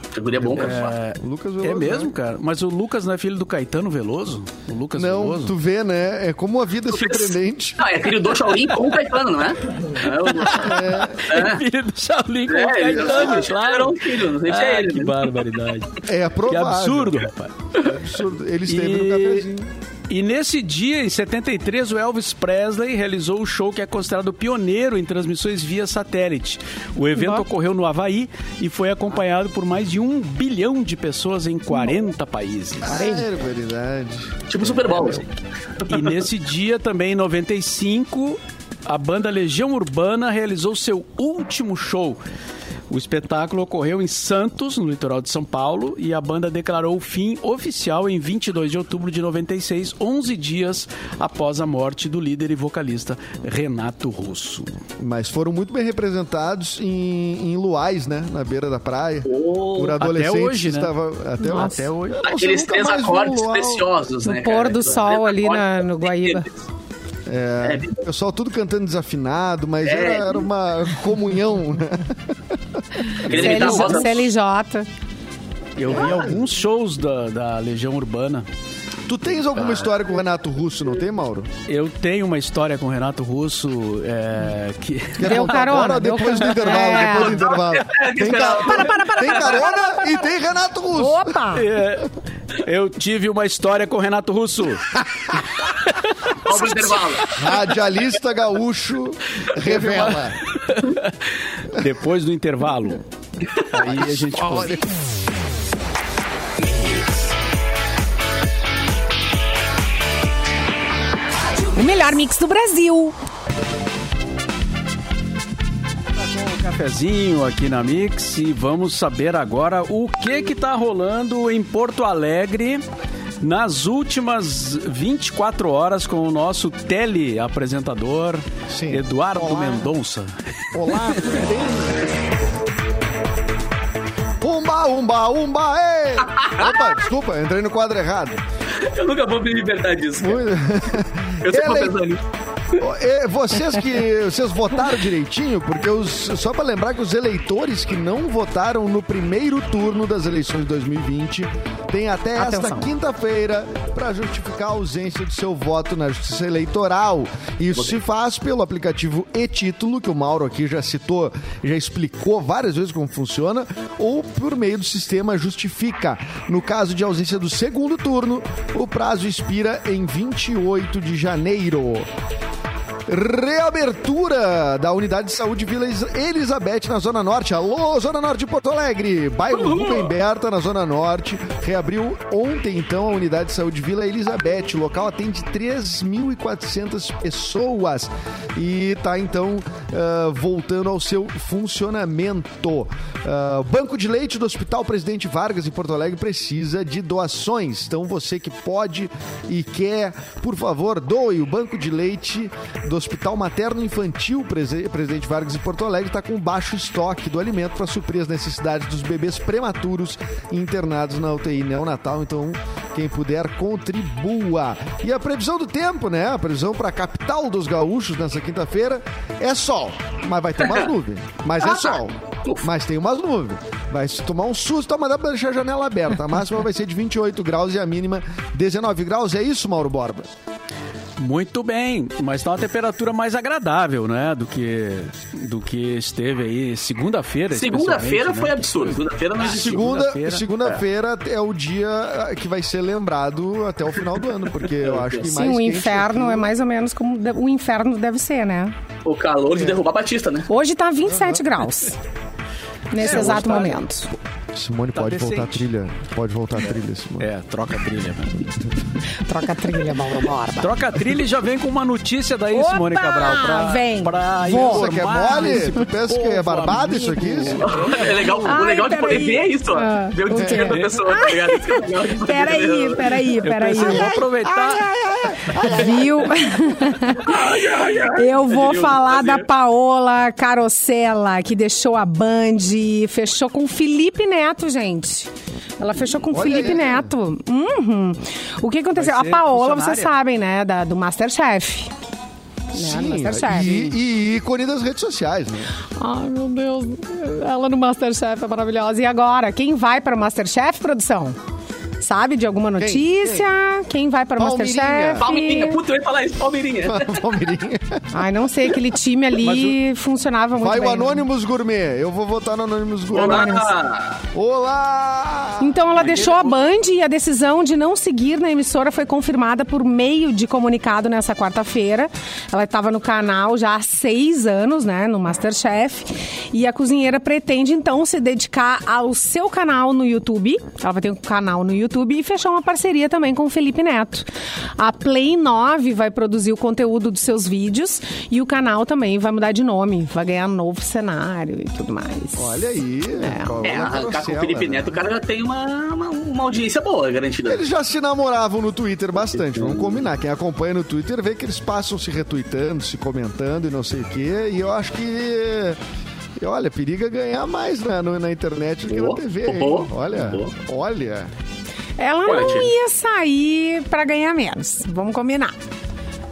S3: Categoria é bom, cara.
S4: O Lucas Veloso.
S2: É mesmo,
S4: né?
S2: cara? Mas o Lucas não é filho do Caetano Veloso? O Lucas
S4: Não,
S2: Veloso?
S4: tu vê, né? É como a vida é surpreendente.
S3: Não, é filho do Shaolin com o Caetano, não é? Não é o-
S2: É filho do Shaolin com o
S3: É, ele-
S2: Caetano,
S3: era um
S2: claro.
S3: filho, não sei se é
S2: Ah,
S3: ele.
S2: que
S3: né?
S2: barbaridade.
S4: É
S2: Que
S4: provável.
S2: absurdo, rapaz.
S4: absurdo.
S2: E,
S4: Ele esteve no cafezinho.
S2: e nesse dia, em 73, o Elvis Presley realizou o show que é considerado pioneiro em transmissões via satélite. O evento ocorreu no Havaí e foi acompanhado por mais de um bilhão de pessoas em 40 países.
S4: É Barbaridade.
S3: Tipo Super Bowl. assim.
S2: E nesse dia, também em 95, a banda Legião Urbana realizou seu último show. O espetáculo ocorreu em Santos, no litoral de São Paulo, e a banda declarou o fim oficial em 22 de outubro de 96, 11 dias após a morte do líder e vocalista Renato Russo.
S4: Mas foram muito bem representados em, em luais, né? Na beira da praia. Por adolescentes
S2: Até hoje,
S4: que
S2: né?
S4: estava até,
S1: Nossa.
S4: até hoje.
S3: Aqueles
S4: Nossa,
S3: três
S4: nunca mais vi um
S3: acordes
S4: luau.
S3: preciosos,
S1: No
S3: né?
S1: pôr
S3: cara?
S1: do
S3: Três
S1: sol ali na-
S3: acordes
S1: no Guaíba.
S4: É, o pessoal tudo cantando desafinado, mas era, era uma comunhão. né?
S3: Aquele imitar a voz da-
S1: CLJ.
S2: Eu vi alguns shows da, da Legião Urbana.
S4: tu tens alguma história com o Renato Russo, não tem, Mauro?
S2: Eu tenho uma história com o Renato Russo é, que.
S4: Quer
S1: Deu
S4: contar
S1: carona,
S4: agora ou
S1: deu
S4: depois do
S1: carona.
S4: intervalo,
S1: É.
S4: depois do intervalo. Tem, ca-
S1: Para, para, para,
S4: tem
S1: para, para,
S4: carona e tem Renato Russo.
S1: Opa!
S2: É, eu tive uma história com o Renato Russo.
S3: Sobre o intervalo.
S4: Radialista gaúcho revela.
S2: Depois do intervalo. Aí a gente um
S4: Olha,
S1: O melhor mix do Brasil.
S2: um cafezinho aqui na Mix e vamos saber agora o que que tá rolando em Porto Alegre nas últimas 24 horas com o nosso teleapresentador
S4: Sim.
S2: Eduardo
S4: Olá.
S2: Mendonça.
S4: Olá, tudo bem? Umba, umba, umba, ei! Opa, desculpa, entrei no quadro errado.
S3: Eu nunca vou me libertar disso. cara.
S4: Muito-
S3: Eu sempre
S4: Ele-
S3: vou pensando nisso.
S4: É, Vocês que vocês votaram direitinho, porque os, só para lembrar que os eleitores que não votaram no primeiro turno das eleições de 2020 têm até esta
S1: Atenção.
S4: quinta-feira para justificar a ausência do seu voto na Justiça Eleitoral. Isso se faz pelo aplicativo e-título que o Mauro aqui já citou, já explicou várias vezes como funciona, ou por meio do sistema Justifica. No caso de ausência do segundo turno, o prazo expira em 28 de janeiro. Reabertura da unidade de saúde Vila Is- Elizabeth na Zona Norte. Alô, Zona Norte de Porto Alegre. Bairro Rubem Berta, na Zona Norte. Reabriu ontem, então, a unidade de saúde Vila Elizabeth. O local atende 3.400 pessoas. E tá, então, ah, voltando ao seu funcionamento. Ah, banco de leite do Hospital Presidente Vargas, em Porto Alegre, precisa de doações. Então, você que pode e quer, por favor, doe. O banco de leite do Hospital Materno Infantil Prese- Presidente Vargas em Porto Alegre está com baixo estoque do alimento para suprir as necessidades dos bebês prematuros internados na UTI neonatal. Então, quem puder, contribua. E a previsão do tempo, né? A previsão para a capital dos gaúchos nessa quinta-feira é sol, mas vai ter umas nuvens. Mas é sol, mas tem umas nuvens. Vai se tomar um susto, mas dá para deixar a janela aberta. A máxima vai ser de 28 graus e a mínima 19 graus. É isso, Mauro Borba?
S2: Muito bem, mas tá uma temperatura mais agradável, né? Do que, do que esteve aí segunda-feira.
S3: Segunda-feira
S2: especialmente,
S3: foi
S2: né?
S3: absurdo. Segunda-feira não existiu.
S4: Segunda,
S2: Segunda-feira.
S4: segunda-feira é o dia que vai ser lembrado até o final do ano, porque eu acho que mais
S1: Sim, o
S4: quente
S1: inferno
S4: aqui-
S1: é mais ou menos como de- o inferno deve ser, né?
S3: O calor de derrubar a Batista, né?
S1: Hoje tá 27 graus. Nesse
S2: É, hoje
S1: exato
S2: tá-
S1: momento.
S4: Simone,
S2: Tá
S4: pode voltar a
S2: decente.
S4: trilha. Pode voltar a trilha, Simone.
S2: É, troca a trilha. Né?
S1: Troca a trilha, Mauro Borba.
S2: Troca a trilha e já vem com uma notícia daí,
S1: Opa!
S2: Simone Cabral. Pra,
S1: Vem.
S2: pra
S4: Isso aqui é
S2: informar
S4: mole?
S2: esse
S4: Tu pensa que
S2: povo,
S4: é barbado isso aqui?
S2: amigo.
S3: É legal,
S1: Ai,
S3: o legal de poder
S1: peraí.
S3: ver é isso, ó.
S1: Ah,
S3: ver o
S1: o
S3: desespero
S1: quê?
S3: da pessoa, tá ligado? Isso que é legal de poder
S1: Peraí,
S3: ver.
S1: peraí,
S2: Eu
S1: peraí.
S2: pensei, eu vou aproveitar.
S1: Viu? Eu vou
S3: Adriano,
S1: falar
S3: prazer.
S1: da Paola Carosella, que deixou a Band, fechou com Felipe Neto, gente. Ela fechou com
S4: Olha
S1: Felipe
S4: aí.
S1: Neto. Uhum. O que aconteceu? A
S2: ser
S1: Paola,
S2: funcionária.
S1: vocês sabem, né? Da, do Masterchef. Né, do Masterchef.
S4: e, e ícone das redes sociais, né?
S1: Ai, meu Deus. Ela no Masterchef é maravilhosa. E agora, quem vai para o Masterchef, produção? Sabe de alguma notícia? Quem, vai para o
S4: Palmeirinha.
S1: Masterchef?
S3: Palmeirinha, puta, eu ia falar isso, Palmeirinha.
S4: Palmeirinha.
S1: Ai, não sei, aquele time ali funcionava muito
S4: Vai
S1: bem.
S4: o Anônimos Gourmet. Eu vou votar no Anônimos Gourmet.
S3: Olá!
S4: Olá!
S1: Então ela deixou a Band e a decisão de não seguir na emissora foi confirmada por meio de comunicado nessa quarta-feira. Ela estava no canal já há seis anos, né, no Masterchef. E a cozinheira pretende então se dedicar ao seu canal no YouTube. Ela vai ter um canal no YouTube e fechar uma parceria também com o Felipe Neto. A Play 9 vai produzir o conteúdo dos seus vídeos e o canal também vai mudar de nome, vai ganhar novo cenário e tudo mais.
S4: Olha aí. Paola
S3: É, arrancar com o
S4: Carosella,
S3: Felipe
S4: né?
S3: Neto, o cara já tem uma, uma, uma audiência boa, garantida.
S4: Eles já se namoravam no Twitter bastante, vamos combinar. Quem acompanha no Twitter vê que eles passam se retweetando, se comentando e não sei o quê. E eu acho que. e Olha, periga ganhar mais na, no- na internet do que na
S3: Boa,
S4: TV. hein?
S3: boa,
S4: Olha,
S3: boa.
S4: olha.
S1: Ela
S3: Olha,
S1: não
S3: Tia.
S1: ia sair pra ganhar menos. Vamos combinar.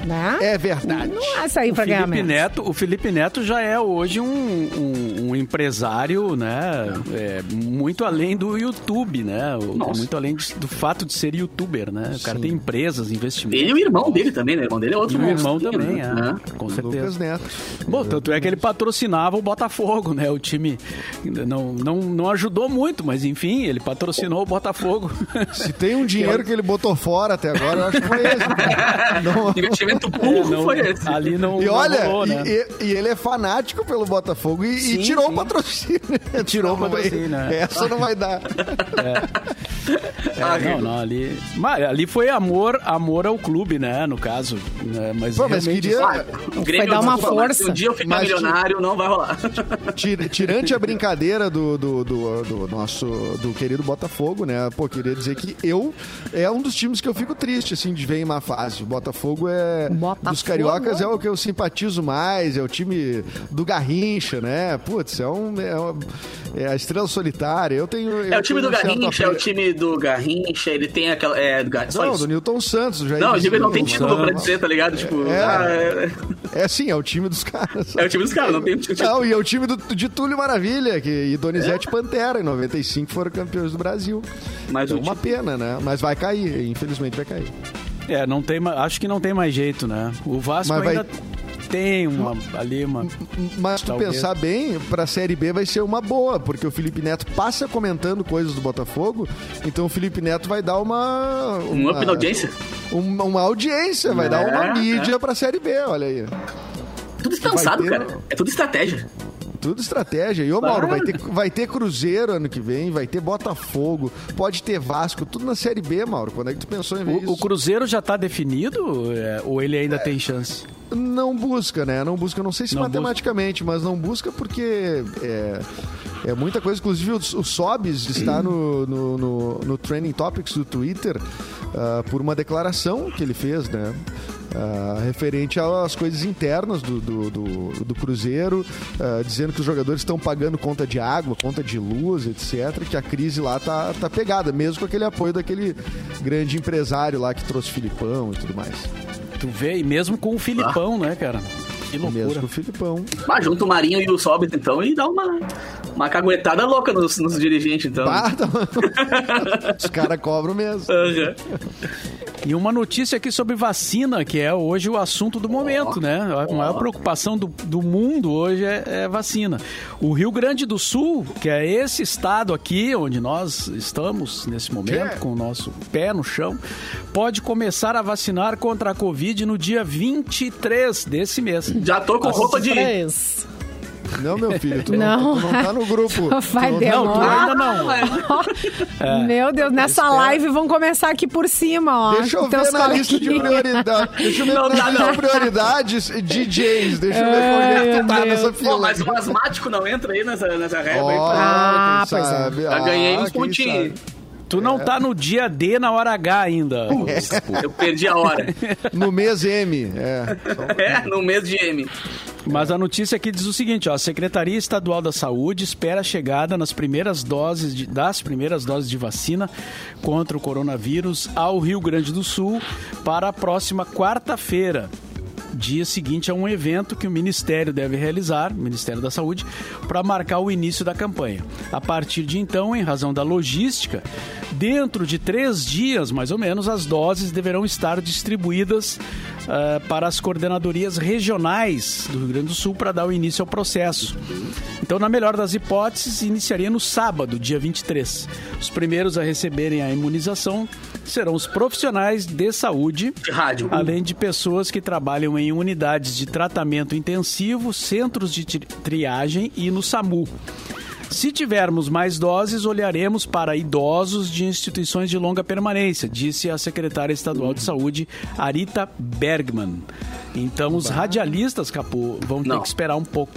S1: Né?
S4: É verdade.
S1: Não ia sair
S2: O
S1: pra ganhar
S2: Felipe,
S1: menos.
S2: Neto, o Felipe Neto já é hoje um, um- um empresário, né? É, muito além do YouTube, né? O-
S3: Nossa.
S2: Muito além de- do fato de ser youtuber, né? O cara tem empresas, investimentos.
S3: Ele e o irmão dele também, né? O irmão dele é
S2: E
S3: outro
S2: o irmão
S3: monstro,
S2: também,
S3: né?
S2: é.
S3: É.
S2: Com
S4: Lucas
S2: certeza.
S4: Neto.
S2: Bom, tanto é que ele patrocinava o Botafogo, né? O time não, não, não ajudou muito, mas enfim, ele patrocinou o Botafogo.
S4: Se tem um dinheiro que ele botou fora até agora, eu acho que foi esse. né? Não-
S3: Investimento burro
S2: É, Não-
S3: foi esse.
S2: Ali não.
S4: E
S2: não
S4: olha,
S2: rolou,
S4: e-
S2: né?
S4: e, e ele é fanático pelo Botafogo e, e
S2: Sim,
S4: tirou
S2: sim.
S4: o patrocínio.
S2: Tirou o
S4: Não, não vai-
S2: patrocínio, né?
S4: Essa não vai dar.
S2: É,
S4: ah,
S2: não, não, ali. Mas ali foi amor, amor ao clube, né? No caso. né, Mas,
S4: Pô, mas
S2: realmente-
S4: queria.
S3: Ah, O Grêmio,
S1: dar uma
S3: desculpa, mas
S1: força.
S3: se Um dia eu ficar
S4: Mas-
S3: milionário, não vai rolar.
S4: Tir- Tirante a brincadeira do, do, do- do nosso do querido Botafogo, né? Pô, queria dizer que eu é um dos times que eu fico triste, assim, de ver em má fase. O Botafogo é.
S1: Botafogo.
S4: Dos cariocas é o que eu simpatizo mais, é o time do Garrincha, né? Putz, é um. É, um- é a estrela solitária. Eu tenho. um
S3: É o time do Garrincha, é o time do Garrincha, ele tem aquela. É, do Gar... Só
S4: tá Não,
S3: isso.
S4: do Newton Santos, já
S3: Não, eu digo, ele não tem
S2: Santos.
S3: título pra dizer, tá ligado? Tipo,
S4: É.
S3: ah, é,
S4: É sim, é o time dos caras.
S3: é o time dos caras, não tem título.
S4: Não, e é o time do, de Túlio Maravilha que, e Donizete Pantera, em 95 foram campeões do Brasil.
S3: É. Mas
S4: é
S3: o
S4: uma
S3: time-
S4: pena, né? Mas vai cair, infelizmente vai cair.
S2: É, não tem, ma- acho que não tem mais jeito, né? O Vasco
S4: Mas vai-
S2: ainda tem uma ali uma
S4: Mas se tu
S2: Talvez.
S4: pensar bem, pra Série B vai ser uma boa, porque o Felipe Neto passa comentando coisas do Botafogo, então o Felipe Neto vai dar uma...
S3: Um
S4: uma
S3: up na audiência.
S4: Uma, uma audiência, vai dar
S3: É,
S4: uma mídia pra Série B, olha aí.
S3: Tudo descansado,
S4: ter,
S3: cara.
S4: não.
S3: É tudo estratégia.
S4: Tudo estratégia. E, ô Mauro, vai ter, vai ter Cruzeiro ano que vem, vai ter Botafogo, pode ter Vasco, tudo na Série B, Mauro. Quando é que tu pensou em ver
S2: o,
S4: isso?
S2: o Cruzeiro já tá definido é, ou ele ainda tem chance?
S4: Não busca, né? Não busca, não sei se
S2: Não
S4: matematicamente, mas não busca porque é, é muita coisa. Inclusive, o, o Sobis está no, no, no, no Trending Topics do Twitter ah, por uma declaração que ele fez, né? Ah, referente às coisas internas do, do, do, do Cruzeiro, ah, dizendo que os jogadores estão pagando conta de água, conta de luz, etc. Que a crise lá tá, tá pegada, mesmo com aquele apoio daquele grande empresário lá que trouxe Filipão e tudo mais.
S2: Tu vê, e mesmo com o Filipão, né, cara? Que
S4: Ah. É Mesmo
S2: loucura.
S4: com o Filipão.
S3: Mas junta o Marinho e o Sobit, então, e dá uma, uma Uma caguetada louca nos, nos dirigentes, então.
S4: Ah, tá. Os caras cobram mesmo.
S3: Aham.
S2: E uma notícia aqui sobre vacina, que é hoje o assunto do momento, né? A maior preocupação do, do mundo hoje é, é vacina. O Rio Grande do Sul, que é esse estado aqui onde nós estamos nesse momento,
S4: Que?
S2: com o nosso pé no chão, pode começar a vacinar contra a Covid no dia 23 desse mês. Assim,
S3: Já tô com roupa de.
S1: Três.
S4: Não, meu filho, tu não,
S1: Não.
S4: tu não tá no grupo.
S1: Vai um
S4: Tu não- tá
S2: Não, tu
S1: demorar.
S2: ainda
S3: Ah,
S2: não. É.
S1: Meu Deus, nessa live vão começar aqui por cima, ó.
S4: Deixa eu
S1: com teus
S4: ver na lista de
S1: coleguinhas.
S4: prioridades. Deixa eu ver
S3: Não
S4: na
S3: dá,
S4: lista
S3: não.
S4: de prioridades DJs. Deixa eu ver como é que tu
S1: meu
S4: tá
S1: Deus.
S3: Pô,
S4: nessa fila.
S3: mas o asmático não entra aí nessa, nessa régua aí. pô.
S4: Olha,
S1: Ah,
S4: quem
S1: pois é.
S4: sabe?
S3: Já ganhei
S4: Ah,
S3: uns
S4: quem
S3: pontinhos.
S2: Tu não
S3: É.
S2: tá no dia D na hora H ainda.
S3: Eu perdi a hora.
S4: sabe? No mês M, é.
S3: É, no mês de M.
S2: Mas a notícia aqui diz o seguinte, ó, a Secretaria Estadual da Saúde espera a chegada nas primeiras doses de- das primeiras doses de vacina contra o coronavírus ao Rio Grande do Sul para a próxima quarta-feira. Dia seguinte a um evento que o Ministério deve realizar, Ministério da Saúde, para marcar o início da campanha. A partir de então, em razão da logística, dentro de três dias, mais ou menos, as doses deverão estar distribuídas ah, para as coordenadorias regionais do Rio Grande do Sul para dar o início ao processo. Então, na melhor das hipóteses, iniciaria no sábado, dia 23. Os primeiros a receberem a imunização serão os profissionais de saúde,
S3: De rádio. Um.
S2: além de pessoas que trabalham em unidades de tratamento intensivo, centros de tri- triagem e no SAMU. Se tivermos mais doses, olharemos para idosos de instituições de longa permanência, disse a secretária estadual de saúde, Arita Bergman. Então, os radialistas, Capô, vão ter
S3: Não.
S2: que esperar um pouco.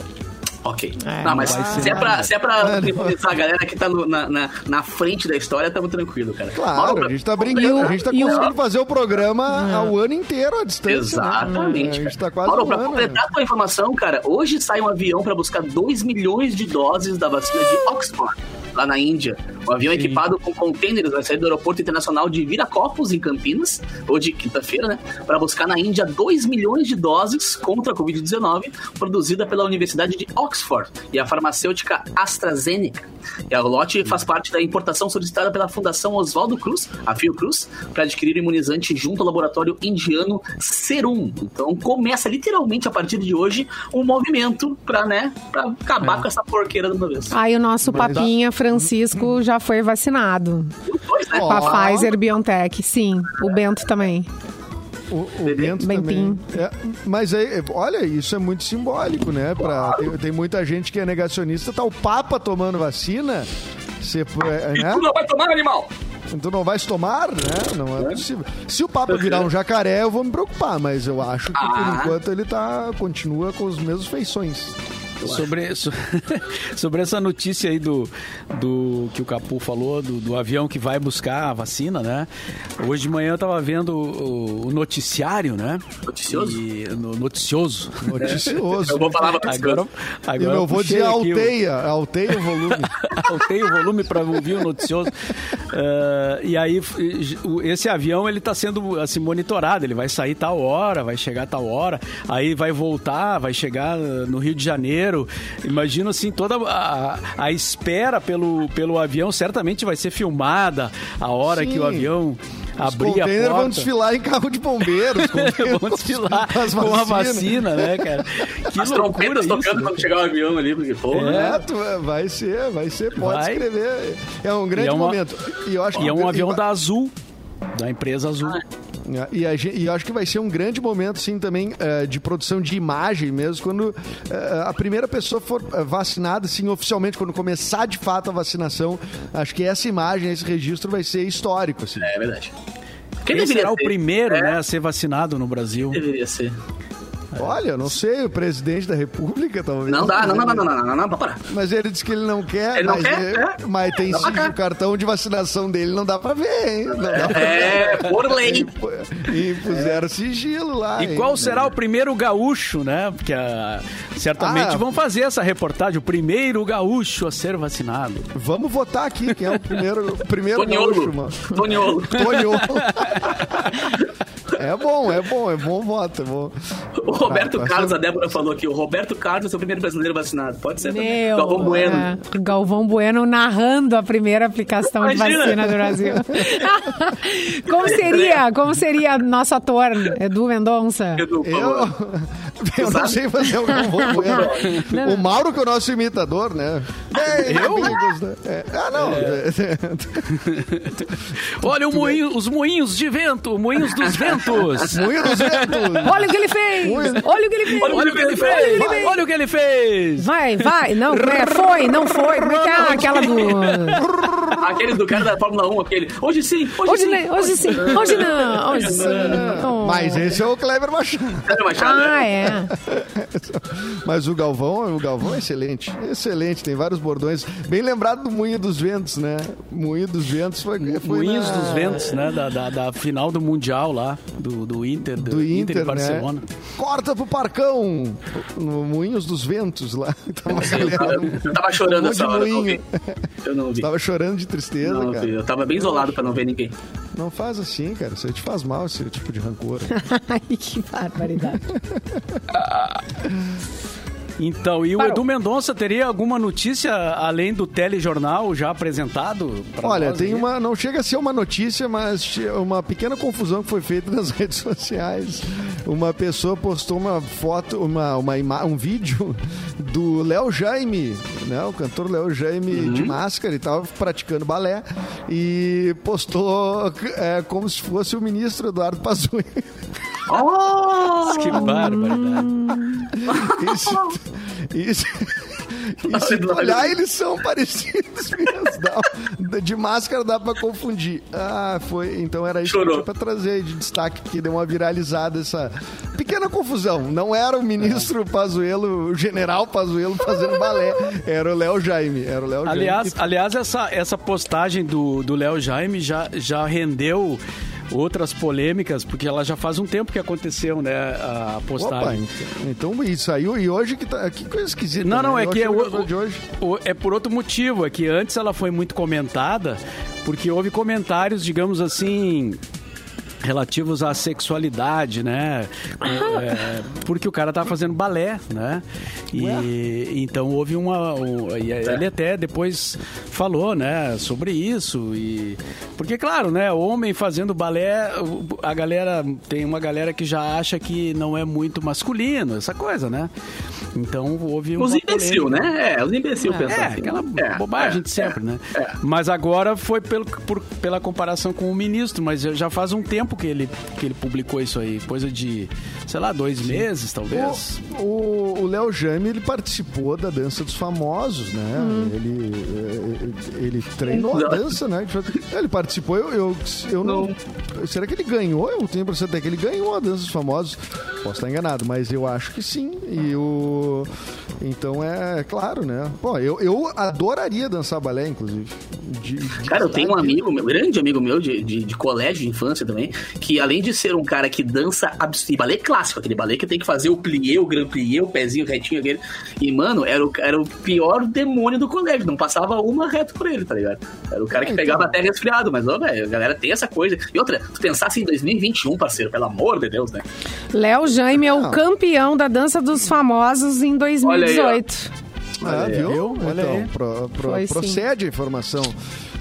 S3: Ok.
S1: É,
S3: não, mas
S2: não vai
S3: se
S2: ser
S3: é, pra,
S2: nada.
S3: se é pra tranquilizar a galera que tá no- na, na, na frente da história, tamo tranquilo, cara.
S4: Claro,
S3: Mauro,
S4: a gente tá brincando. A gente tá
S1: E o- Ah.
S4: conseguindo fazer o programa ao ano inteiro, à distância. né?
S3: Exatamente.
S4: A
S3: cara.
S4: gente tá quase
S3: Mauro,
S4: um
S3: pra
S4: ano, né?
S3: completar com a informação, cara, hoje sai um avião pra buscar 2 milhões de doses da vacina de Oxford, lá na Índia. O avião equipado com contêineres vai sair do aeroporto internacional de Viracopos, em Campinas, hoje quinta-feira, né? Pra buscar na Índia 2 milhões de doses contra a Covid-19, produzida pela Universidade de Oxford e a farmacêutica AstraZeneca. E a lote faz parte da importação solicitada pela Fundação Oswaldo Cruz, a Fiocruz, para adquirir o imunizante junto ao laboratório indiano Serum. Então começa literalmente a partir de hoje um movimento para né, pra acabar com essa porqueira de uma vez.
S1: Aí o nosso papinha Francisco já foi vacinado.
S3: Os dois, né?
S1: Com a
S4: Ó.
S1: Pfizer BioNTech, sim. O Bento também.
S4: O, o Bento
S1: Bem
S4: também. É, mas aí, é, olha, isso é muito simbólico, né? Pra, tem, tem muita gente que é negacionista, tá o Papa tomando vacina. Você, é,
S3: E
S4: né?
S3: tu não vai tomar, animal!
S4: Tu não vai se tomar, né? Não é possível. Se o Papa virar
S2: é.
S4: um jacaré, eu vou me preocupar, mas eu acho que por
S3: Ah.
S4: enquanto ele tá, continua com os mesmos feições.
S2: Sobre, so- sobre essa notícia aí do, do que o Capu falou, do, do avião que vai buscar a vacina, né? Hoje de manhã eu tava vendo o, o noticiário, né?
S3: Noticioso?
S2: E- no- noticioso.
S4: Noticioso.
S3: Eu vou falar pra
S2: Agora, É. agora
S4: eu não vou
S2: puxei
S4: dizer
S2: aqui o-
S4: alteia, alteia o volume.
S2: Altei o volume para ouvir o noticioso. Eh, e aí, f- o- esse avião, ele tá sendo assim, monitorado. Ele vai sair tal hora, vai chegar tal hora. Aí vai voltar, vai chegar eh, no Rio de Janeiro. Imagino, assim, toda a, a espera pelo, pelo avião. Certamente vai ser filmada a hora
S4: Sim.
S2: que o avião
S4: Os
S2: abrir a
S4: containers
S2: porta.
S4: vão desfilar em carro de bombeiros. containers
S2: Vão desfilar
S4: com as
S2: com a
S4: vacinas.
S2: vacina, né, cara? Que
S3: As
S2: loucura
S3: trompetas
S2: isso,
S3: tocando
S2: né?
S3: quando chegar o avião ali, porque, pô,
S2: É.
S3: né?
S4: É, tu- vai ser, vai ser, pode
S2: Vai.
S4: escrever. É um
S2: E
S4: grande
S2: é uma-
S4: momento. E, eu acho que-
S2: E é um avião
S4: e-
S2: da Azul, da empresa Azul.
S4: E, a gen- e eu acho que vai ser um grande momento, sim, também eh, de produção de imagem mesmo, quando eh, a primeira pessoa for eh, vacinada, sim, oficialmente, quando começar de fato a vacinação, acho que essa imagem, esse registro vai ser histórico, assim.
S3: É verdade.
S2: Quem será o
S3: ser?
S2: primeiro
S3: É,
S2: né, a ser vacinado no Brasil?
S3: Deveria ser.
S4: Olha, eu não sei, o presidente da república, talvez.
S3: Não dá, não, não, não, não, não, não, não, não, não, para.
S4: Mas ele disse que ele não quer,
S3: Ele não
S4: mas,
S3: quer,
S4: eh,
S3: é.
S4: mas tem
S3: Dá pra
S4: sim,
S3: cá.
S4: o cartão de vacinação dele não dá pra ver, hein? Não dá pra
S3: É, por lei.
S4: E puseram sigilo lá.
S2: É. E
S4: hein?
S2: qual será o primeiro gaúcho, né? Porque ah, certamente
S4: Ah.
S2: vão fazer essa reportagem, o primeiro gaúcho a ser vacinado.
S4: Vamos votar aqui quem é o primeiro, o primeiro gaúcho,
S3: Toniolo.
S4: mano.
S3: Toniolo.
S4: Toniolo. É bom, é bom, é bom voto. É bom.
S3: O Roberto
S4: Ah, tá
S3: Carlos, a Débora falou aqui, o Roberto Carlos é o primeiro brasileiro vacinado. Pode ser também.
S1: Meu,
S3: Galvão Bueno.
S1: é, Galvão Bueno narrando a primeira aplicação de
S3: Imagina.
S1: vacina do Brasil. como seria? Como seria nosso ator, Edu Mendonça?
S3: Edu, por
S4: Eu,
S3: favor.
S4: eu não
S3: Sabe?
S4: sei fazer o Galvão Bueno. O Mauro, que é o nosso imitador, né? Eu? Ah, não.
S2: É. Olha o moinho- os moinhos de vento, moinhos dos ventos.
S4: Moinho dos Ventos.
S1: Olha o que ele fez!
S4: Muito.
S1: Olha o que ele fez!
S2: Olha o que ele fez! Olha o que ele fez!
S1: Vai, vai, não, como é? foi, não foi. Como é que é aquela do.
S3: Aquele do cara da Fórmula 1, aquele. Hoje sim, hoje,
S1: Hoje,
S3: sim.
S1: ne- hoje sim, hoje não, hoje sim. Oh.
S4: Mas esse é o Kleber Machado.
S3: Sério, Machado?
S1: Ah, é.
S4: Mas o Galvão, o Galvão é excelente. Excelente, tem vários bordões. Bem lembrado do Moinho dos Ventos, né? Moinho dos Ventos foi. foi
S2: Moinhos
S4: na-
S2: dos ventos, né? Da, da- da final do Mundial lá, do, do Inter, do,
S4: Do Inter,
S2: e
S4: né?
S2: Barcelona.
S4: Corta pro Parcão, no Moinhos dos Ventos lá. Tava, a
S3: Eu tava,
S4: galera-
S3: eu tava chorando
S4: Um
S3: essa
S4: monte de
S3: hora, eu não vi.
S4: moinho.
S3: Eu não vi.
S4: tava chorando de tristeza,
S3: Não
S4: Tá cara.
S3: vi. Eu tava bem isolado pra não ver ninguém.
S4: Não faz assim, cara. Isso aí te faz mal, esse tipo de rancor.
S1: Ai, que barbaridade.
S2: Então, e o
S1: Parou.
S2: Edu Mendonça teria alguma notícia além do telejornal já apresentado? pra
S4: Olha,
S2: nós
S4: tem
S2: aí?
S4: uma. Não chega a ser uma notícia, mas che- uma pequena confusão que foi feita nas redes sociais. Uma pessoa postou uma foto, uma, uma ima- um vídeo do Léo Jaime, né? O cantor Léo Jaime de
S2: Uhum.
S4: máscara e tal, praticando balé. E postou é, como se fosse o ministro Eduardo Pazuello.
S2: Que barbaridade.
S4: Isso. isso e se tu olhar, ah, eles são parecidos mesmo. Dá- um- de máscara dá pra confundir. Ah, foi. Então era isso que eu
S3: Chorou.
S4: tinha pra trazer aí de destaque, que deu uma viralizada essa pequena confusão. Não era o
S2: É.
S4: ministro Pazuello, o general Pazuello fazendo balé. Era o Léo Jaime. Era o Léo Jaime.
S2: Aliás, aliás essa, essa postagem do do Léo Jaime já, já rendeu outras polêmicas, porque ela já faz um tempo que aconteceu, né, a
S4: Opa,
S2: postagem.
S4: então isso saiu e hoje que tá. Que coisa esquisita.
S2: Não, não,
S4: né?
S2: é
S4: Eu
S2: que é,
S4: achei
S2: o-
S4: jogador de hoje.
S2: o- é por outro motivo, é que antes ela foi muito comentada, porque houve comentários, digamos assim, relativos à sexualidade, né? É, porque o cara tá fazendo balé, né? E então houve uma um- e ele até depois falou, né, sobre isso e porque claro, né, homem fazendo balé, o- a galera tem uma galera que já acha que não é muito masculino, essa coisa, né? Então houve uma
S3: Os imbecil,
S2: polêmica.
S3: né? É, os imbecil pensam
S2: É,
S3: assim.
S2: aquela
S3: É,
S2: bobagem
S3: é,
S2: de sempre, né? Mas agora foi pelo, por- pela comparação com o ministro, mas já- já faz um tempo que ele, que ele publicou isso aí, coisa de, sei lá, dois meses, talvez.
S4: O- O o Léo Jame, ele participou da dança dos famosos, né? Ele, eh, ele, ele treinou a
S3: Uhum. Não.
S4: dança, né? Ele participou, eu, eu, eu não, Será que ele ganhou? Eu tenho pra até que ele ganhou a dança dos famosos. Posso estar enganado, mas eu acho que sim. E o. Então é, claro, né? Bom, eu, eu adoraria dançar balé, inclusive. De- de-
S3: Cara, eu tenho um
S4: de-
S3: amigo, meu, grande amigo meu de, de, de colégio, de infância também, que além de ser um cara que dança abs- e balé clássico, aquele balé que tem que fazer o plié, o grand plié, o pezinho retinho aquele. E, mano, era o, era o pior demônio do colégio, não passava uma reta por ele, tá ligado? Era o cara que
S4: Ah,
S3: pegava
S4: então.
S3: até resfriado, mas, ó, velho, a galera tem essa coisa. E outra, tu pensasse em 2021, parceiro, pelo amor de Deus, né?
S1: Léo Jaime é o campeão da dança dos famosos em 2018.
S4: Ah,
S3: Olha aí,
S4: viu?
S2: viu? Olha aí.
S4: Então, pro- pro-
S1: Foi sim.
S4: procede a informação.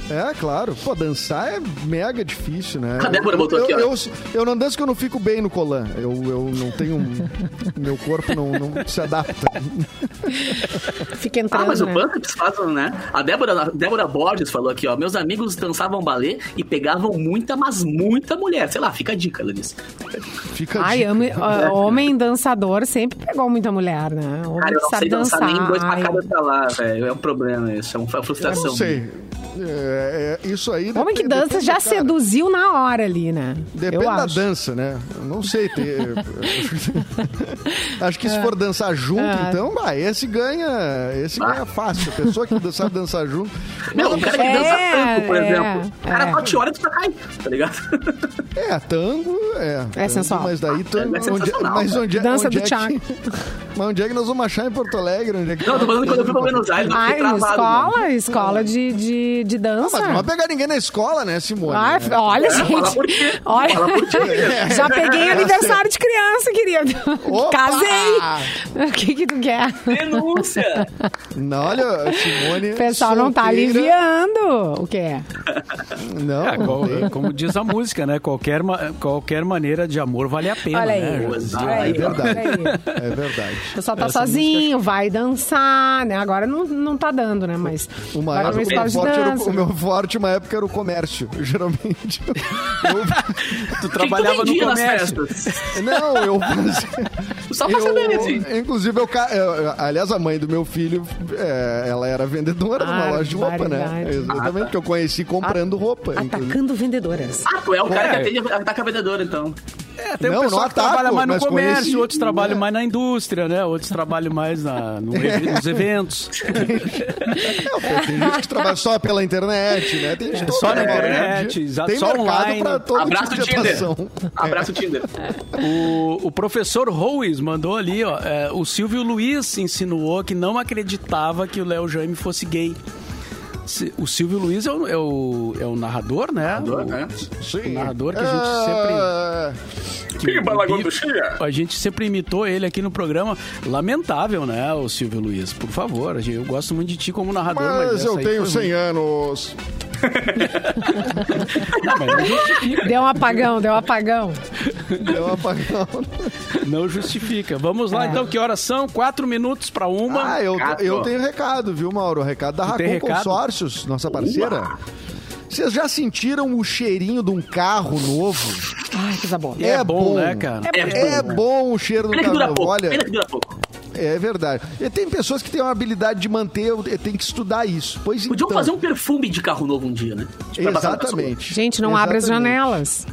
S4: É, claro. Pô, dançar é mega difícil, né?
S3: A Débora
S4: Eu-
S3: botou
S4: eu,
S3: aqui, ó.
S4: eu, eu não danço que eu não fico bem no colan. Eu, eu não tenho... um- meu corpo não, não se adapta.
S1: Fica entrando.
S3: Ah, mas o
S1: né?
S3: Bantamps faz, né? A Débora, a Débora Borges falou aqui, ó. Meus amigos dançavam balé e pegavam muita, mas muita mulher. Sei lá, fica a dica, ela disse.
S4: Fica a
S1: Ai,
S4: dica.
S1: amo- ah, homem dançador sempre pegou muita mulher, né? Homem
S3: Cara, eu
S1: que
S3: não
S1: sabe
S3: sei dançar, nem dois pra
S1: ai.
S3: cada pra lá, velho. É um problema isso, é uma
S4: Eu
S3: frustração.
S4: não sei. É, é, isso aí...
S1: Homem que
S4: depende-
S1: dança
S4: depende
S1: já
S4: do cara.
S1: seduziu na hora ali, né?
S4: Depende
S1: eu
S4: da
S1: acho.
S4: dança, né? Eu não sei. Ter... Acho que se for dançar junto,
S1: É.
S4: então, ah, esse ganha, esse ganha fácil. A pessoa que sabe dançar junto.
S3: Não, um cara que
S1: É,
S3: dança tango, por
S1: é,
S3: exemplo. O cara
S1: é.
S3: bate hora e tu já cai, tá ligado?
S4: É, tango, é.
S1: É sensual.
S4: Mas daí tango,
S3: É
S4: onde,
S3: sensacional,
S4: mas
S3: cara.
S4: onde, é-
S1: Dança
S4: onde
S1: do
S4: é
S1: Tchaco.
S4: que, Mas onde é que nós vamos achar em Porto Alegre? Onde é que
S3: Não, tô falando quando eu fui pra Buenos Aires, eu
S1: Ai,
S3: fiquei travado.
S1: escola,
S3: mano.
S1: escola de, de, de
S4: Ah,
S1: dança.
S4: mas não vai pegar ninguém na escola, né, Simone?
S1: Ai,
S4: É.
S1: olha,
S3: Fala por
S1: gente.
S3: quê?
S1: Olha,
S3: Fala por quê?
S1: já peguei aniversário de criança, querido.
S4: Opa!
S1: Casei. O que que tu quer?
S3: Denúncia!
S4: Não, olha, Simone.
S1: O pessoal não tá
S4: solteira.
S1: aliviando. O que é?
S4: Não,
S2: É, qual-
S4: não tem.
S2: como diz a música, né? Qualquer, ma- qualquer maneira de amor vale a pena,
S1: Olha aí.
S2: né?
S3: é
S1: Olha aí,
S4: verdade.
S1: olha aí.
S4: é verdade.
S1: O pessoal tá sozinho, vai dançar, né? Agora não, não tá dando, né? Mas
S4: Uma
S1: vai pra
S4: época,
S1: uma escola
S4: o, meu
S1: de
S4: forte era o-
S1: dança.
S4: o meu forte, uma época, era o comércio, geralmente.
S2: Tu
S3: O que que tu
S2: trabalhava no
S3: vendia nas
S2: comércio.
S3: festas?
S4: Eu- não, eu fazia...
S2: Tá
S3: Só pra saber, assim.
S4: Eu, inclusive, eu, ca- eu- aliás, a mãe do meu filho, é, ela era vendedora numa loja de roupa, né?
S1: Barbaridade.
S4: Exatamente, que eu conheci comprando roupa. inclusive.
S1: Atacando vendedoras.
S3: Ah, tu é o cara
S2: É.
S3: que atende a ataca vendedora, então.
S2: É, tem um
S4: Não,
S2: pessoal
S4: não
S2: que trabalha
S4: ataco,
S2: mais no
S4: mas
S2: comércio,
S4: conheci-
S2: outros trabalham
S4: é.
S2: mais na indústria, né? Outros trabalham mais na, no ev- nos eventos.
S4: Não, pô, tem gente que trabalha só pela internet, né? Tem gente
S2: só
S4: toda,
S2: na
S4: né? Hoje em
S2: internet,
S4: dia
S2: exato,
S4: Tem
S2: só
S4: mercado
S2: online.
S4: pra todo
S3: Abraço,
S4: tipo de
S3: Tinder.
S4: atuação.
S3: Abraço,
S4: É.
S3: Tinder.
S2: O, o professor Ruiz mandou ali, ó. é, o Silvio Luiz insinuou que não acreditava que o Léo Jaime fosse gay. Se- O Silvio Luiz é o, é o, é o narrador, né?
S3: Narrador,
S2: o,
S3: né?
S2: o narrador que a gente sempre.
S4: Ah,
S2: que o
S3: Pimba, Lagoa
S2: Bibi-
S3: do Chia.
S2: A gente sempre imitou ele aqui no programa. Lamentável, né, o Silvio Luiz? Por favor, a gente- eu gosto muito de ti como narrador. Mas,
S4: Mas
S2: essa
S4: eu
S2: aí
S4: tenho
S2: foi
S4: 100
S2: ruim.
S4: anos.
S2: Não, mas não justifica.
S1: Deu um apagão, deu um apagão.
S4: Deu um apagão.
S2: Não justifica. Vamos lá, então, que horas são? Quatro minutos para uma.
S4: Ah, eu,
S3: Gato.
S4: eu tenho recado, viu, Mauro? Recado da
S2: tem
S4: Racon
S2: recado?
S4: Consórcios, nossa parceira. Vocês já sentiram o cheirinho de um carro novo?
S1: Ai, coisa boa.
S2: é, bom, né, cara?
S1: É
S3: bom.
S4: É bom o cheiro do
S3: Pena que
S4: carro
S3: dura
S4: novo.
S3: pouco.
S4: Olha,
S3: Pena que dura pouco.
S4: é verdade. E tem pessoas que têm uma habilidade de manter, eu- tem que estudar isso. Pois
S3: Podiam
S4: então,
S3: fazer um perfume de carro novo um dia, né? Pra passar na pessoa.
S4: Exatamente.
S1: Gente, não abre as
S4: Exatamente.
S1: janelas.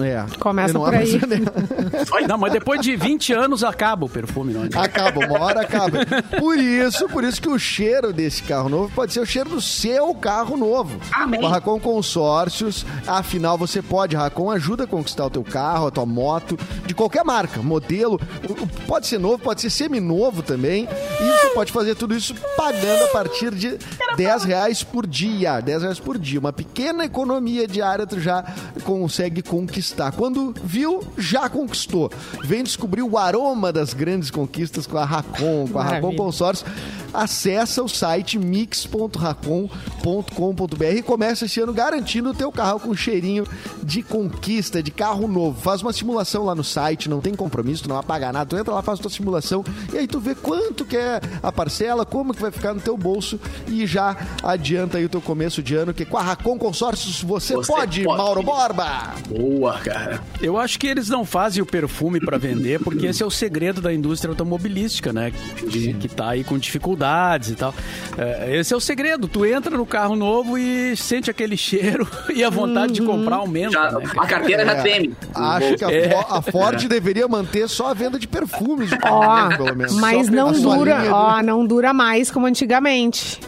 S4: É.
S1: Começa
S4: Eu não
S1: por
S4: abro as
S1: aí.
S4: janelas.
S3: Olha,
S2: Não, mas depois de 20 anos acaba o perfume, não adianta.
S4: Acaba, uma hora acaba. Por isso, por isso que o cheiro desse carro novo pode ser o cheiro do seu carro novo.
S3: Amém.
S4: Com a Racon Consórcios, afinal você pode. A Racon ajuda a conquistar o teu carro, a tua moto, de qualquer marca, modelo. O- o- Pode ser novo, pode ser seminovo também. E você pode fazer tudo isso pagando a partir de 10 reais por dia. 10 reais por dia. Uma pequena economia diária tu já consegue conquistar. Quando viu, já conquistou. Vem descobrir o aroma das grandes conquistas com a Racon, com a Racon
S1: Maravilha.
S4: Consórcios. Acessa o site mix.racon.com.br e começa esse ano garantindo o teu carro com cheirinho de conquista, de carro novo. Faz uma simulação lá no site, não tem compromisso, tu não vai pagar nada. Tu entra lá, faz tua simulação e aí tu vê quanto que é a parcela, como que vai ficar no teu bolso e já adianta aí o teu começo de ano, que com a Racon Consórcios você,
S3: Você
S4: pode,
S3: pode.
S4: Mauro Borba!
S3: boa, cara.
S2: Eu acho que eles não fazem o perfume para vender, porque esse é o segredo da indústria automobilística, né? Que, que tá aí com dificuldades e tal. É, esse é o segredo. Tu entra no carro novo e sente aquele cheiro e a vontade de comprar aumenta.
S3: Já,
S2: né, cara?
S3: a carteira já
S4: É,
S3: treme.
S4: Acho que a,
S2: É.
S4: Fo- a Ford deveria manter só a venda de perfumes, de
S1: Ó,
S4: carro, É, pelo menos.
S1: mas
S4: Só
S1: não
S4: a sua
S1: dura,
S4: linha do-
S1: ó, não dura mais como antigamente.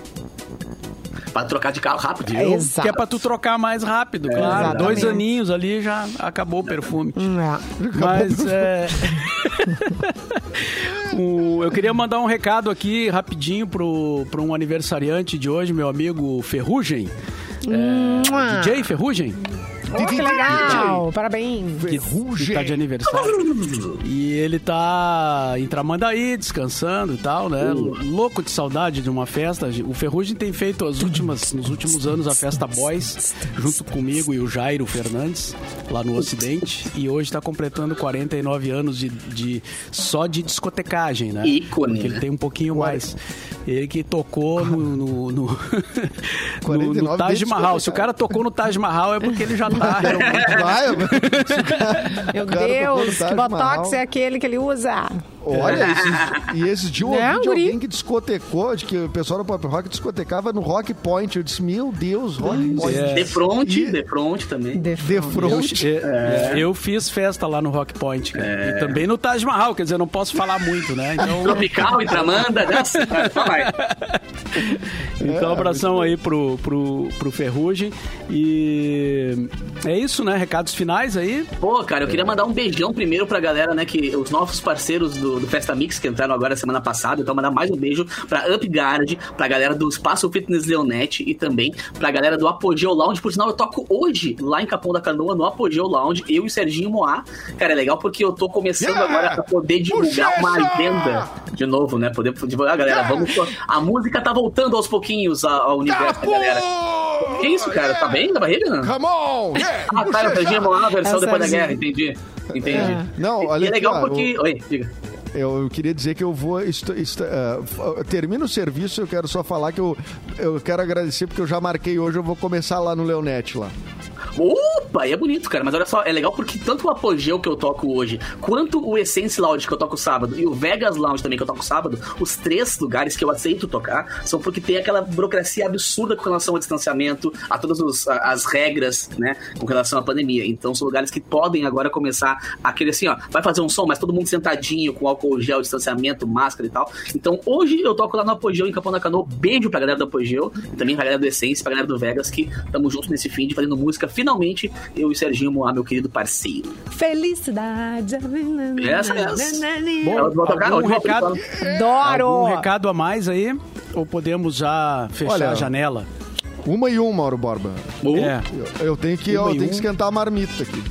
S3: Pra trocar de carro rápido.
S1: É,
S3: viu?
S1: exato.
S2: Que é pra tu trocar mais rápido,
S3: É,
S2: claro.
S1: exatamente.
S2: Dois aninhos ali já acabou o perfume.
S1: Hum, é.
S2: Mas é. O- eu queria mandar um recado aqui rapidinho pro, pro um aniversariante de hoje, meu amigo Ferrugem. É,
S1: Mua.
S2: DJ Ferrugem,
S1: Oh, que legal, parabéns.
S2: que tá de aniversário. E ele tá em Tramandaí, descansando e tal, né? Louco de saudade de uma festa. O Ferrugem tem feito as últimas, nos últimos anos a festa Boys, junto comigo e o Jairo Fernandes, lá no Ocidente. E hoje tá completando 49 anos de, de- só de discotecagem, né?
S3: Ícone,
S2: Porque ele
S3: né?
S2: tem um pouquinho mais. Ele que tocou no, no, no, no- no
S4: 49
S2: Taj
S4: de
S2: Mahal. Se o
S4: discotecagem.
S2: cara tocou no Taj Mahal é porque ele já tá realmente
S4: Vai, eu-
S1: Meu
S4: cara tocou no
S1: Deus,
S4: Taj
S1: que botox
S4: Mahal.
S1: é aquele que ele usa.
S4: Olha, esses, e esses dias eu
S1: Né,
S4: ouvi de
S1: guri?
S4: alguém que discotecou, de que o pessoal do pop rock discotecava no Rock Point. Eu disse, meu Deus, Rock Point.
S2: é.
S3: De fronte,
S4: E-
S3: de fronte também.
S4: De front.
S2: Eu, eu- eu fiz festa lá no Rock Point, cara. E também no Taj Mahal, quer dizer, eu não posso falar muito, né? Então,
S3: Tropical, Intramanda, né? Assim, cara, fala aí.
S2: então abração aí pro, pro, pro Ferrugem. E é isso, né? Recados finais aí.
S3: Pô, cara, eu queria mandar um beijão primeiro pra galera, né? Que os novos parceiros do, do, do Festa Mix, que entraram agora semana passada. Então, mandar mais um beijo pra UpGuard, pra galera do Espaço Fitness Leonete e também pra galera do Apogeu Lounge. Por sinal, eu toco hoje lá em Capão da Canoa, no Apogeu Lounge, eu e o Serginho Moá. Cara, é legal porque eu tô começando
S4: Yeah!
S3: agora a poder divulgar uma
S4: Bochecha!
S3: agenda de novo, né? Poder divulgar, galera.
S4: Yeah!
S3: Vamos. A música tá voltando aos pouquinhos a- ao universo
S4: Tá
S3: da galera. Que isso, cara? Tá bem na barriga? Não?
S4: Come on! yeah,
S3: Ah, tá, eu
S4: bochecha!
S3: perdi a versão
S1: É o
S3: depois da
S1: Serginho.
S3: guerra, entendi. Entendi.
S1: É.
S4: Não,
S3: E-
S4: olha
S3: e é
S4: aqui, ah,
S3: legal
S4: ó,
S3: porque. Oi, diga.
S4: Eu, eu queria dizer que eu vou. Termina termino o serviço, eu quero só falar que eu, eu quero agradecer porque eu já marquei hoje, eu vou começar lá no Leonete lá.
S3: Opa, e é bonito, cara. Mas olha só, é legal porque tanto o Apogeu que eu toco hoje, quanto o Essence Lounge que eu toco sábado e o Vegas Lounge também que eu toco sábado, os três lugares que eu aceito tocar são porque tem aquela burocracia absurda com relação ao distanciamento, a todas os- a- as regras, né, com relação à pandemia. Então são lugares que podem agora começar aquele assim, ó, vai fazer um som, mas todo mundo sentadinho, com álcool gel, distanciamento, máscara e tal. Então hoje eu toco lá no Apogeu, em Capão da Canoa. Beijo pra galera do Apogeu, e também pra galera do Essence, pra galera do Vegas, que tamo junto nesse fim de fazendo música. Finalmente, eu e o Serginho Moá, meu querido parceiro.
S1: Felicidade.
S3: Essa é essa.
S2: Bom,
S3: Elas vão tocar
S2: algum
S3: hoje,
S2: recado?
S3: vão tocar.
S1: Adoro.
S2: Algum recado a mais aí? Ou podemos já fechar
S4: Olha,
S2: a janela?
S4: Uma e um, Mauro Borba.
S2: É.
S4: Eu, eu tenho que,
S2: Uma e
S4: eu tenho
S2: um.
S4: que esquentar a marmita aqui.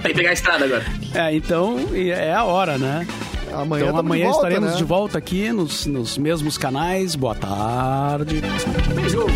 S3: Vai pegar a estrada agora.
S2: É, então e é a hora, né?
S4: Amanhã,
S2: Então
S4: tamo de
S2: amanhã
S4: volta,
S2: estaremos
S4: né?
S2: de volta aqui nos, nos mesmos canais. Boa tarde.
S3: Beijo.